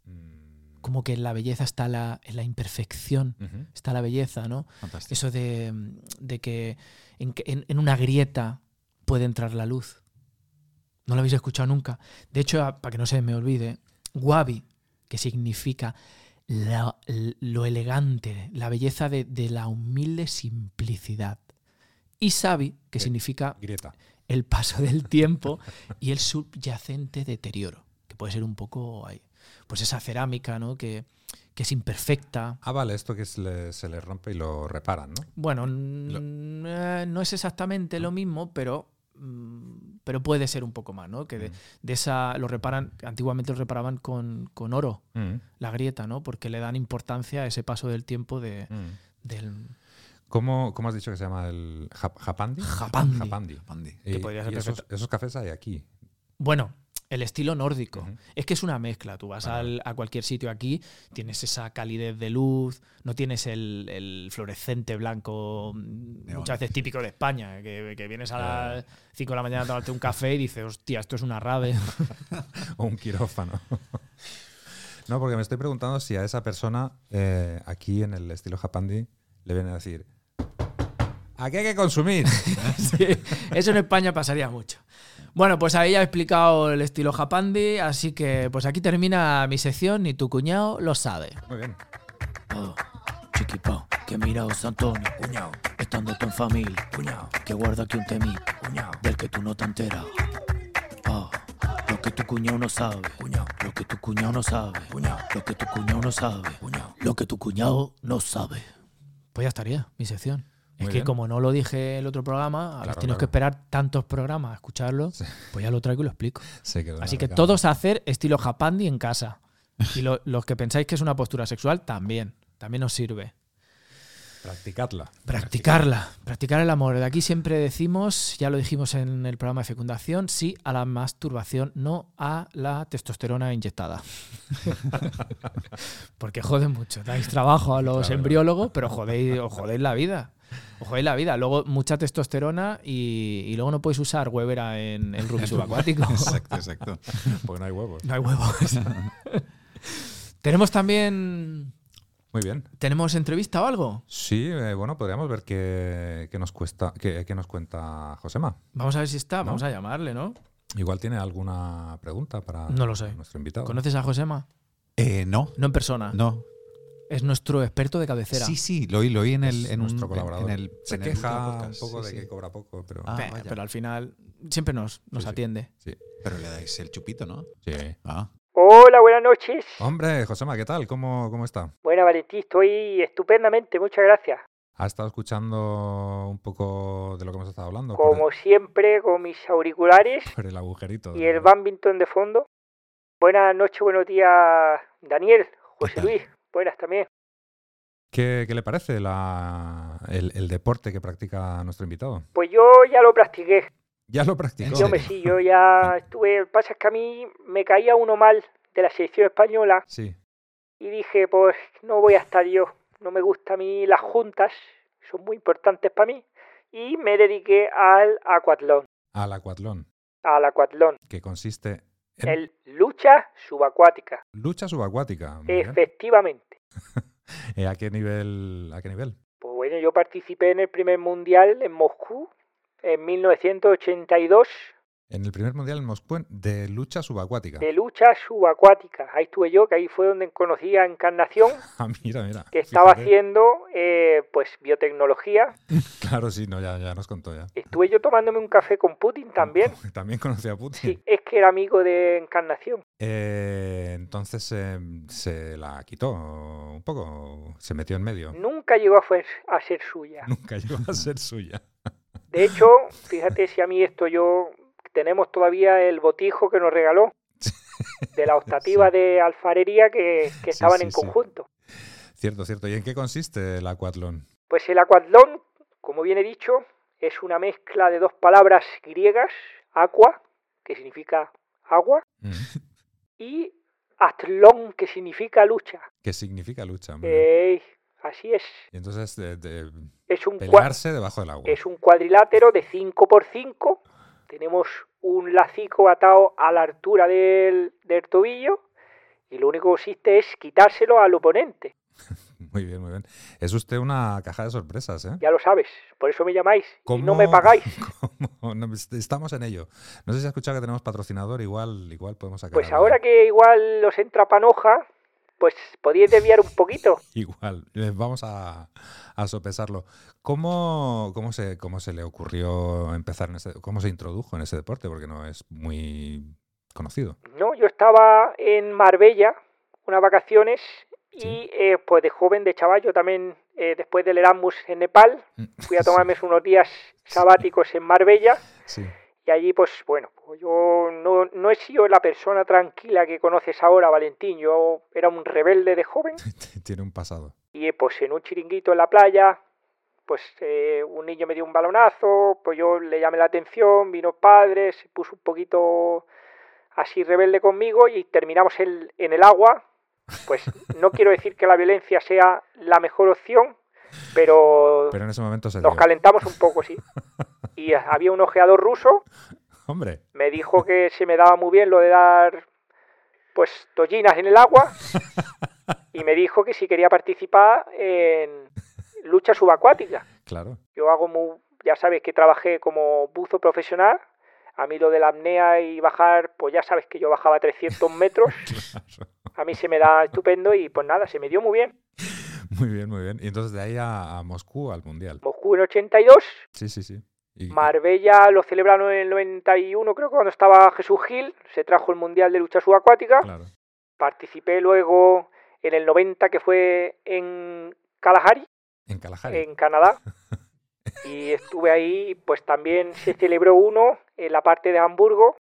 S2: Mm,
S1: Como que la belleza está la, en la imperfección,
S2: ujú.
S1: está la belleza, ¿no?
S3: Fantástico.
S1: Eso de, de que en, que- en- en una grieta puede entrar la luz. No lo habéis escuchado nunca. De hecho, a- para que no se me olvide, wabi, que significa la- lo elegante, la belleza de, de la humilde simplicidad. Y sabi, que
S2: Sí.
S1: significa
S2: Grieta.
S1: el paso del tiempo y el subyacente deterioro, que puede ser un poco ahí. Pues esa cerámica, ¿no? Que, que es imperfecta,
S2: Ah, vale, esto que se le, se le rompe y lo reparan, ¿no?
S1: Bueno, n- eh, no es exactamente lo mismo, pero, mm, pero puede ser un poco más, ¿no? Que de, de esa lo reparan, antiguamente lo reparaban con, con oro,
S2: Mm,
S1: la grieta, ¿no? Porque le dan importancia a ese paso del tiempo de,
S2: mm.
S1: del
S2: ¿Cómo, cómo has dicho que se llama el jap- japandi?
S1: Japandi.
S3: Japandi.
S2: Y-
S1: Que podría ser
S2: y esos, esos cafés hay aquí.
S1: Bueno, el estilo nórdico.
S2: Ujú.
S1: Es que es una mezcla. Tú vas al- a cualquier sitio aquí, tienes esa calidez de luz, no tienes el, el fluorescente blanco, mm,
S3: Neón.
S1: muchas veces típico de España, que, que vienes a
S2: Ya,
S1: las 5 de la mañana a tomarte un café y dices, hostia, esto es una rave.
S2: O un quirófano. no, porque me estoy preguntando si a esa persona eh, aquí en el estilo japandi le vienen a decir aquí hay que consumir.
S1: Sí, eso en España pasaría mucho. Bueno, pues ahí ya he explicado el estilo Japandi, así que pues aquí termina mi sección y tu cuñado lo sabe.
S2: Muy bien.
S8: Oh, chiquipao, que mira José Antonio, cuñao, estando tú en familia, cuñao, que guarda aquí un temí, cuñao, del que tú no te enteras. Oh, lo que tu cuñao no sabe, cuñao, lo que tu cuñao no sabe, cuñao, lo que tu cuñao no sabe, cuñao, lo que tu cuñao no sabe.
S1: Pues ya estaría, mi sección. es
S2: Muy
S1: que
S2: bien.
S1: como no lo dije el otro programa, ahora
S2: Claro,
S1: tienes que esperar tantos programas a escucharlo, pues ya lo traigo y lo explico.
S2: Se quedó
S1: Así que
S2: navegando.
S1: todos a hacer estilo Japandi en casa. Y lo- los que pensáis que es una postura sexual, también. También os sirve.
S2: Practicadla.
S1: Practicarla, practicar el amor. De aquí siempre decimos, ya lo dijimos en el programa de fecundación, sí a la masturbación, no a la testosterona inyectada. Porque jode mucho, dais trabajo a los
S2: Claro.
S1: embriólogos, pero jodéis, os jodéis la vida. Os jodéis la vida. Luego mucha testosterona y, y luego no podéis usar huevera en el rugby subacuático.
S3: Exacto, exacto.
S2: Porque no hay huevos.
S1: No hay huevos. Tenemos también...
S2: Muy bien.
S1: ¿Tenemos entrevista o algo?
S2: Sí, eh, bueno, podríamos ver qué, qué nos cuesta, qué, qué nos cuenta Josema.
S1: Vamos a ver si está.
S2: ¿No?
S1: Vamos a llamarle, ¿no?
S2: Igual tiene alguna pregunta para
S1: No lo sé.
S2: nuestro invitado.
S1: ¿Conoces a Josema?
S3: Eh, no,
S1: No en persona.
S3: no.
S1: Es nuestro experto de cabecera.
S3: Sí, sí, lo oí, lo oí en el.
S2: Es
S3: En un-
S2: nuestro
S3: en-
S2: colaborador.
S3: en el-
S2: Se
S3: en el último
S2: queja un
S3: podcast.
S2: poco
S3: Sí,
S2: de
S3: sí.
S2: que cobra poco, pero
S3: Ah,
S1: Pe-
S3: vaya.
S1: pero al final siempre nos, nos
S2: Sí, sí.
S1: atiende.
S2: sí.
S3: Pero le dais el chupito, ¿no?
S2: Sí.
S3: Ah.
S9: Hola, buenas noches.
S2: Hombre, Josema, ¿qué tal? ¿Cómo, cómo está?
S9: Buena Valentín, estoy estupendamente, muchas gracias.
S2: ¿Ha estado escuchando un poco de lo que hemos estado hablando? por
S9: Como siempre, con mis auriculares
S2: el- Por el agujerito.
S9: y
S2: de-
S9: el badminton de fondo. Buenas noches, buenos días, Daniel, José
S3: tal?
S9: Luis, buenas también.
S2: ¿Qué, qué le parece la, el, el deporte que practica nuestro invitado?
S9: Pues yo ya lo practiqué.
S2: Ya lo practicó.
S9: Yo me sí, yo ya estuve. El pasa es que a mí me caía uno mal de la selección española
S2: Sí.
S9: y dije, pues no voy a estar yo. No me gusta a mí las juntas, son muy importantes para mí. Y me dediqué al acuatlón,
S2: Al acuatlón,
S9: al acuatlón.
S2: que consiste en
S9: El lucha subacuática.
S2: lucha subacuática. Muy bien.
S9: Efectivamente.
S2: Eh, ¿A qué nivel? ¿A qué nivel?
S9: Pues bueno, yo participé en el primer mundial en Moscú en 1982
S2: En el primer mundial en Moscú en- de lucha subacuática.
S9: de lucha subacuática. Ahí estuve yo, que ahí fue donde conocí a Encarnación,
S2: Ah, mira, mira.
S9: que estaba
S2: fíjate.
S9: haciendo eh, pues biotecnología.
S2: Claro, sí, no, ya, ya nos contó ya.
S9: Estuve yo tomándome un café con Putin también.
S2: También conocía a Putin.
S9: Sí, es que era amigo de Encarnación.
S2: Eh, entonces em, se la quitó un poco, se metió en medio.
S9: Nunca llegó a, fer- a ser suya.
S2: Nunca llegó a ser suya.
S9: De hecho, fíjate si a mí esto yo... Tenemos todavía el botijo que nos regaló de la optativa de alfarería que, que estaban
S2: sí,
S9: en
S2: sí.
S9: conjunto.
S2: Cierto, cierto. ¿Y en qué consiste el acuatlón?
S9: Pues el acuatlón, como bien he dicho, es una mezcla de dos palabras griegas, aqua, que significa agua,
S2: Mm.
S9: y atlón, que significa lucha.
S2: ¿Qué significa lucha? hombre?
S9: Ey, así es.
S2: Y entonces de- de
S9: Es un, cua-
S2: pelearse debajo del agua.
S9: es un cuadrilátero de 5x5. Tenemos un lacico atado a la altura del, del tobillo y lo único que consiste es quitárselo al oponente.
S2: Muy bien, muy bien. Es usted una caja de sorpresas, ¿eh?
S9: Ya lo sabes, por eso me llamáis y no me
S2: ¿Cómo-
S9: pagáis.
S2: cómo? No, est- estamos en ello. No sé si has escuchado que tenemos patrocinador, igual, igual podemos sacar.
S9: Pues
S2: algo.
S9: ahora que igual os entra panoja, pues podéis desviar un poquito.
S2: Igual, eh, vamos a, a sopesarlo. ¿Cómo, cómo, se, ¿Cómo se le ocurrió empezar en ese, cómo se introdujo en ese deporte? Porque no es muy conocido.
S9: No, yo estaba en Marbella unas vacaciones y
S2: Sí.
S9: eh, pues de joven, de chaval, yo también eh, después del Erasmus en Nepal fui a tomarme unos días sabáticos en Marbella
S2: Sí.
S9: y allí pues bueno, pues yo no, no he sido la persona tranquila que conoces ahora, Valentín, yo era un rebelde de joven
S2: Tiene un pasado.
S9: y eh, pues en un chiringuito en la playa, pues eh, un niño me dio un balonazo, pues yo le llamé la atención, vino padre, se puso un poquito así rebelde conmigo y terminamos el- en el agua. Pues no quiero decir que la violencia sea la mejor opción, pero,
S2: Pero en ese momento se
S9: nos
S2: dio.
S9: calentamos un poco, sí. Y eh, había un ojeador ruso,
S2: Hombre,
S9: me dijo que se me daba muy bien lo de dar pues tollinas en el agua y me dijo que si quería participar en lucha subacuática.
S2: claro.
S9: Yo hago muy, ya sabes que trabajé como buzo profesional, a mí lo de la apnea y bajar, pues ya sabes que yo bajaba 300 metros,
S2: claro.
S9: a mí se me da estupendo y pues nada, se me dio muy bien.
S2: Muy bien, muy bien. Y entonces de ahí a, a Moscú, al Mundial.
S9: Moscú en 82,
S2: Sí, sí, sí. Y-
S9: Marbella lo celebraron en el 91, creo que cuando estaba Jesús Gil, se trajo el Mundial de Lucha Subacuática.
S2: Claro.
S9: Participé luego en el 90 que fue en Kalahari,
S2: En Kalahari.
S9: en Canadá. Y estuve ahí, pues también se celebró uno en la parte de Hamburgo,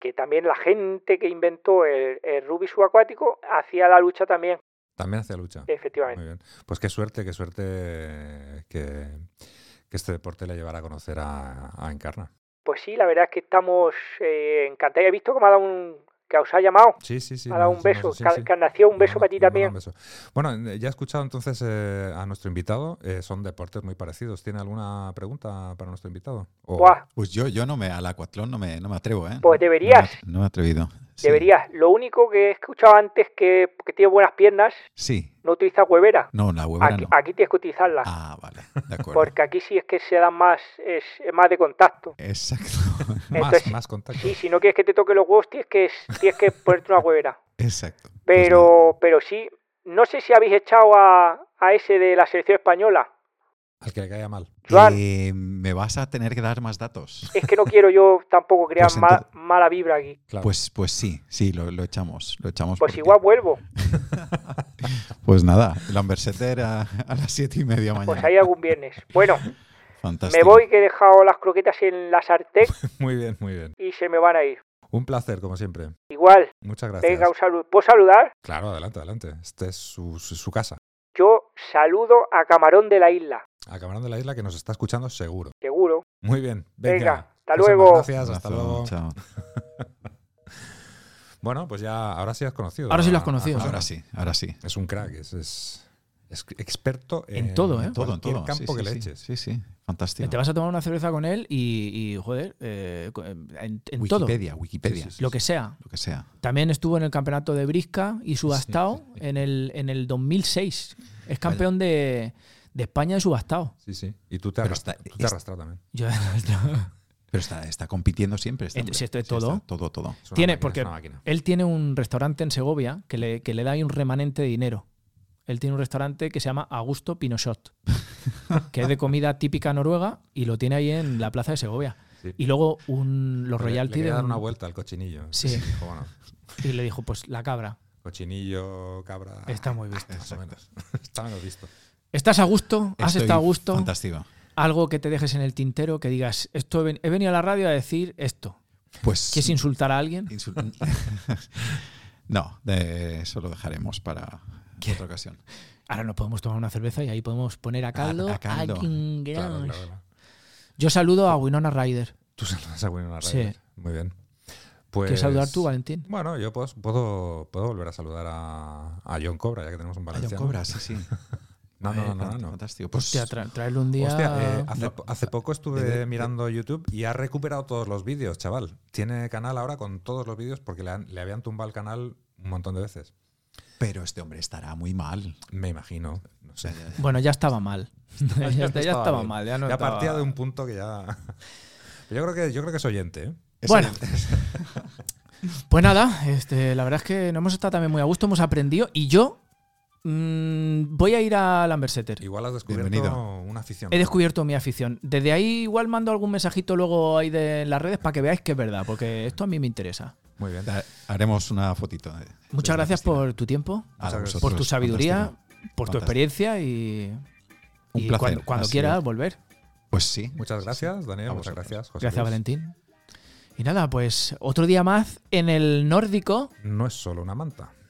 S9: que también la gente que inventó el, el rugby subacuático hacía la lucha también,
S2: También hacia lucha.
S9: efectivamente.
S2: Muy bien. Pues qué suerte, qué suerte eh, que, que este deporte le llevara a conocer a, a Encarna.
S9: Pues sí, la verdad es que estamos eh, encantados. He visto cómo ha dado un... que os ha llamado,
S2: Sí, sí, sí.
S9: ha dado
S2: nos-
S9: un beso.
S2: nos- sí,
S9: Ca-
S2: sí.
S9: Encarnación, un beso
S2: Nos-
S9: para ti
S2: nos manda un
S9: también.
S2: beso. Bueno, eh, ya he escuchado entonces eh, a nuestro invitado. eh, son deportes muy parecidos. ¿Tiene alguna pregunta para nuestro invitado? O-
S9: Buah,
S3: Pues yo, yo no me, al acuatlón no me, no me atrevo, ¿eh?
S9: pues deberías,
S3: No me, at- no me he atrevido. Sí.
S9: deberías. Lo único que he escuchado antes que, que tiene buenas piernas,
S3: Sí.
S9: no utiliza huevera.
S3: No, la huevera
S9: Aquí,
S3: no.
S9: aquí tienes que utilizarla.
S3: Ah, vale. De acuerdo.
S9: porque aquí sí es que se dan más, es, es más de contacto.
S3: Exacto.
S2: Más,
S9: entonces-
S2: más contacto.
S9: Sí, si no quieres que te toque los huevos, tienes que, tienes que ponerte una huevera.
S3: Exacto. Pues nada.
S9: Pero, pero sí, no sé si habéis echado a, a ese de la selección española.
S2: Al que le caiga mal.
S9: Joan,
S3: Eh, me vas a tener que dar más datos.
S9: es que no quiero yo tampoco crear
S3: Pues
S9: ma-
S3: entonces-
S9: mala vibra aquí.
S2: Claro.
S3: Pues, pues sí, sí, lo, lo echamos. Lo echamos
S9: Pues
S3: porque-
S9: igual vuelvo.
S3: Pues nada, Lamberseter a, a las siete y media mañana.
S9: Pues hay algún viernes. Bueno, me
S3: Fantástico.
S9: voy que he dejado las croquetas en la sartén
S2: Muy bien, muy bien.
S9: y se me van a ir.
S2: Un placer, como siempre.
S9: Igual,
S2: Muchas gracias.
S9: venga, un saludo. ¿Puedo saludar?
S2: Claro, adelante, adelante. Esta es su, su- su casa.
S9: Yo saludo a Camarón de la Isla,
S2: A Camarón de la Isla que nos está escuchando seguro.
S9: seguro.
S2: Muy bien. Venga.
S9: Venga, hasta
S2: Muchísimas
S9: luego.
S2: Gracias, hasta
S3: Abrazo,
S2: luego. Pues
S3: Chao.
S2: Bueno, pues ya ahora sí has conocido.
S1: Ahora sí lo has
S2: a- a
S1: conocido.
S2: José.
S3: Ahora sí, ahora sí.
S2: Es un crack, es, es- es experto
S1: En todo, ¿eh?
S3: Todo, en
S2: cualquier
S3: todo.
S2: campo
S3: sí,
S2: que
S3: sí,
S2: le
S3: sí.
S2: eches.
S3: Sí, sí. Fantástico.
S1: Te vas a tomar una cerveza con él y, y, joder, eh, co- en, en todo,
S3: Wikipedia, Wikipedia.
S2: Sí, sí, sí.
S1: lo que sea.
S3: Lo que sea.
S1: También estuvo en el campeonato de Brisca y subastado En, el, en el 2006. Es campeón de, de España de subastado.
S2: Sí, sí. Y tú te
S3: Pero
S2: arrastras,
S3: está-
S2: tú te
S3: es-
S2: arrastras también.
S1: Yo-
S3: Pero está, está compitiendo siempre. este
S1: Eh,
S3: hombre.
S1: si esto es
S3: Sí,
S1: todo.
S3: está todo, todo.
S2: Es una
S1: Tiene,
S2: máquina,
S1: porque
S2: es una máquina.
S1: él tiene un restaurante en Segovia que le, que le da ahí un remanente de dinero. Él tiene un restaurante que se llama Augusto Pinochot, que es de comida típica noruega y lo tiene ahí en la plaza de Segovia.
S2: Sí.
S1: Y luego un, los
S2: Le- le
S1: royalty de
S2: quería dar
S1: un-
S2: una vuelta al cochinillo.
S1: Sí.
S2: Dijo, bueno,
S1: Y le dijo, pues la cabra,
S2: cochinillo, cabra.
S1: está muy visto.
S2: Más o menos. Está menos visto.
S1: ¿Estás a gusto? ¿Has
S3: Estoy
S1: estado a gusto?
S3: Fantástico.
S1: Algo que te dejes en el tintero, que digas, esto he, ven- he venido a la radio a decir esto.
S3: Pues.
S1: ¿Quieres insultar a alguien?
S3: insul- no, de- eso lo dejaremos para otra ocasión.
S1: Ahora nos podemos tomar una cerveza y ahí podemos poner a caldo.
S3: a caldo.
S1: a quien
S2: Claro,
S1: queramos.
S2: claro, claro.
S1: Yo saludo a Winona Ryder.
S2: Tú saludas a Winona
S1: Sí.
S2: Ryder. Muy bien. Pues,
S1: ¿Quieres saludar tú, Valentín?
S2: Bueno, yo pues, puedo, puedo volver a saludar a, a John Cobra, ya que tenemos un
S3: John
S2: valenciano.
S3: Cobra, sí, sí.
S2: No,
S3: Eh,
S2: no, no, no. no.
S3: Fantástico. Pues,
S1: Hostia, tra- traerle un día.
S2: Hostia, eh, hace,
S3: No.
S2: hace poco estuve
S3: Eh,
S2: mirando YouTube y ha recuperado todos los vídeos, chaval. Tiene canal ahora con todos los vídeos porque le, han- le habían tumbado el canal un montón de veces.
S3: pero este hombre estará muy mal.
S2: Me imagino. No sé.
S1: Bueno, ya estaba mal. ya, está- ya estaba
S2: bien.
S1: mal. Ya no
S2: ya
S1: estaba-
S2: partía de un punto que ya. Yo creo que, yo creo que es oyente, ¿eh?
S1: Bueno. Pues nada, este, la verdad es que no hemos estado también muy a gusto, hemos aprendido y yo mm, voy a ir a Lamberseter.
S2: Igual has descubierto
S3: Bienvenido.
S2: una afición.
S1: He descubierto mi afición. Desde ahí igual mando algún mensajito luego ahí de en las redes para que veáis que es verdad, porque esto a mí me interesa.
S2: Muy bien.
S3: Ha- Eh, Haremos una fotito. de-
S1: Muchas
S3: de la
S1: gracias
S3: piscina.
S1: por tu tiempo,
S3: A
S2: Muchas gracias.
S3: vosotros.
S1: por tu sabiduría,
S3: Pues
S1: por
S3: Fantástico.
S1: tu
S3: Fantástico.
S1: experiencia y,
S3: Un
S1: y
S3: placer,
S1: cuando, cuando
S3: ha sido.
S1: quieras volver.
S3: Pues sí.
S2: Muchas gracias, Daniel.
S3: A
S2: Muchas
S3: vosotros.
S2: gracias, José.
S1: Gracias,
S2: Luis.
S1: Valentín. Y nada, pues otro día más en el nórdico.
S2: No es solo una manta.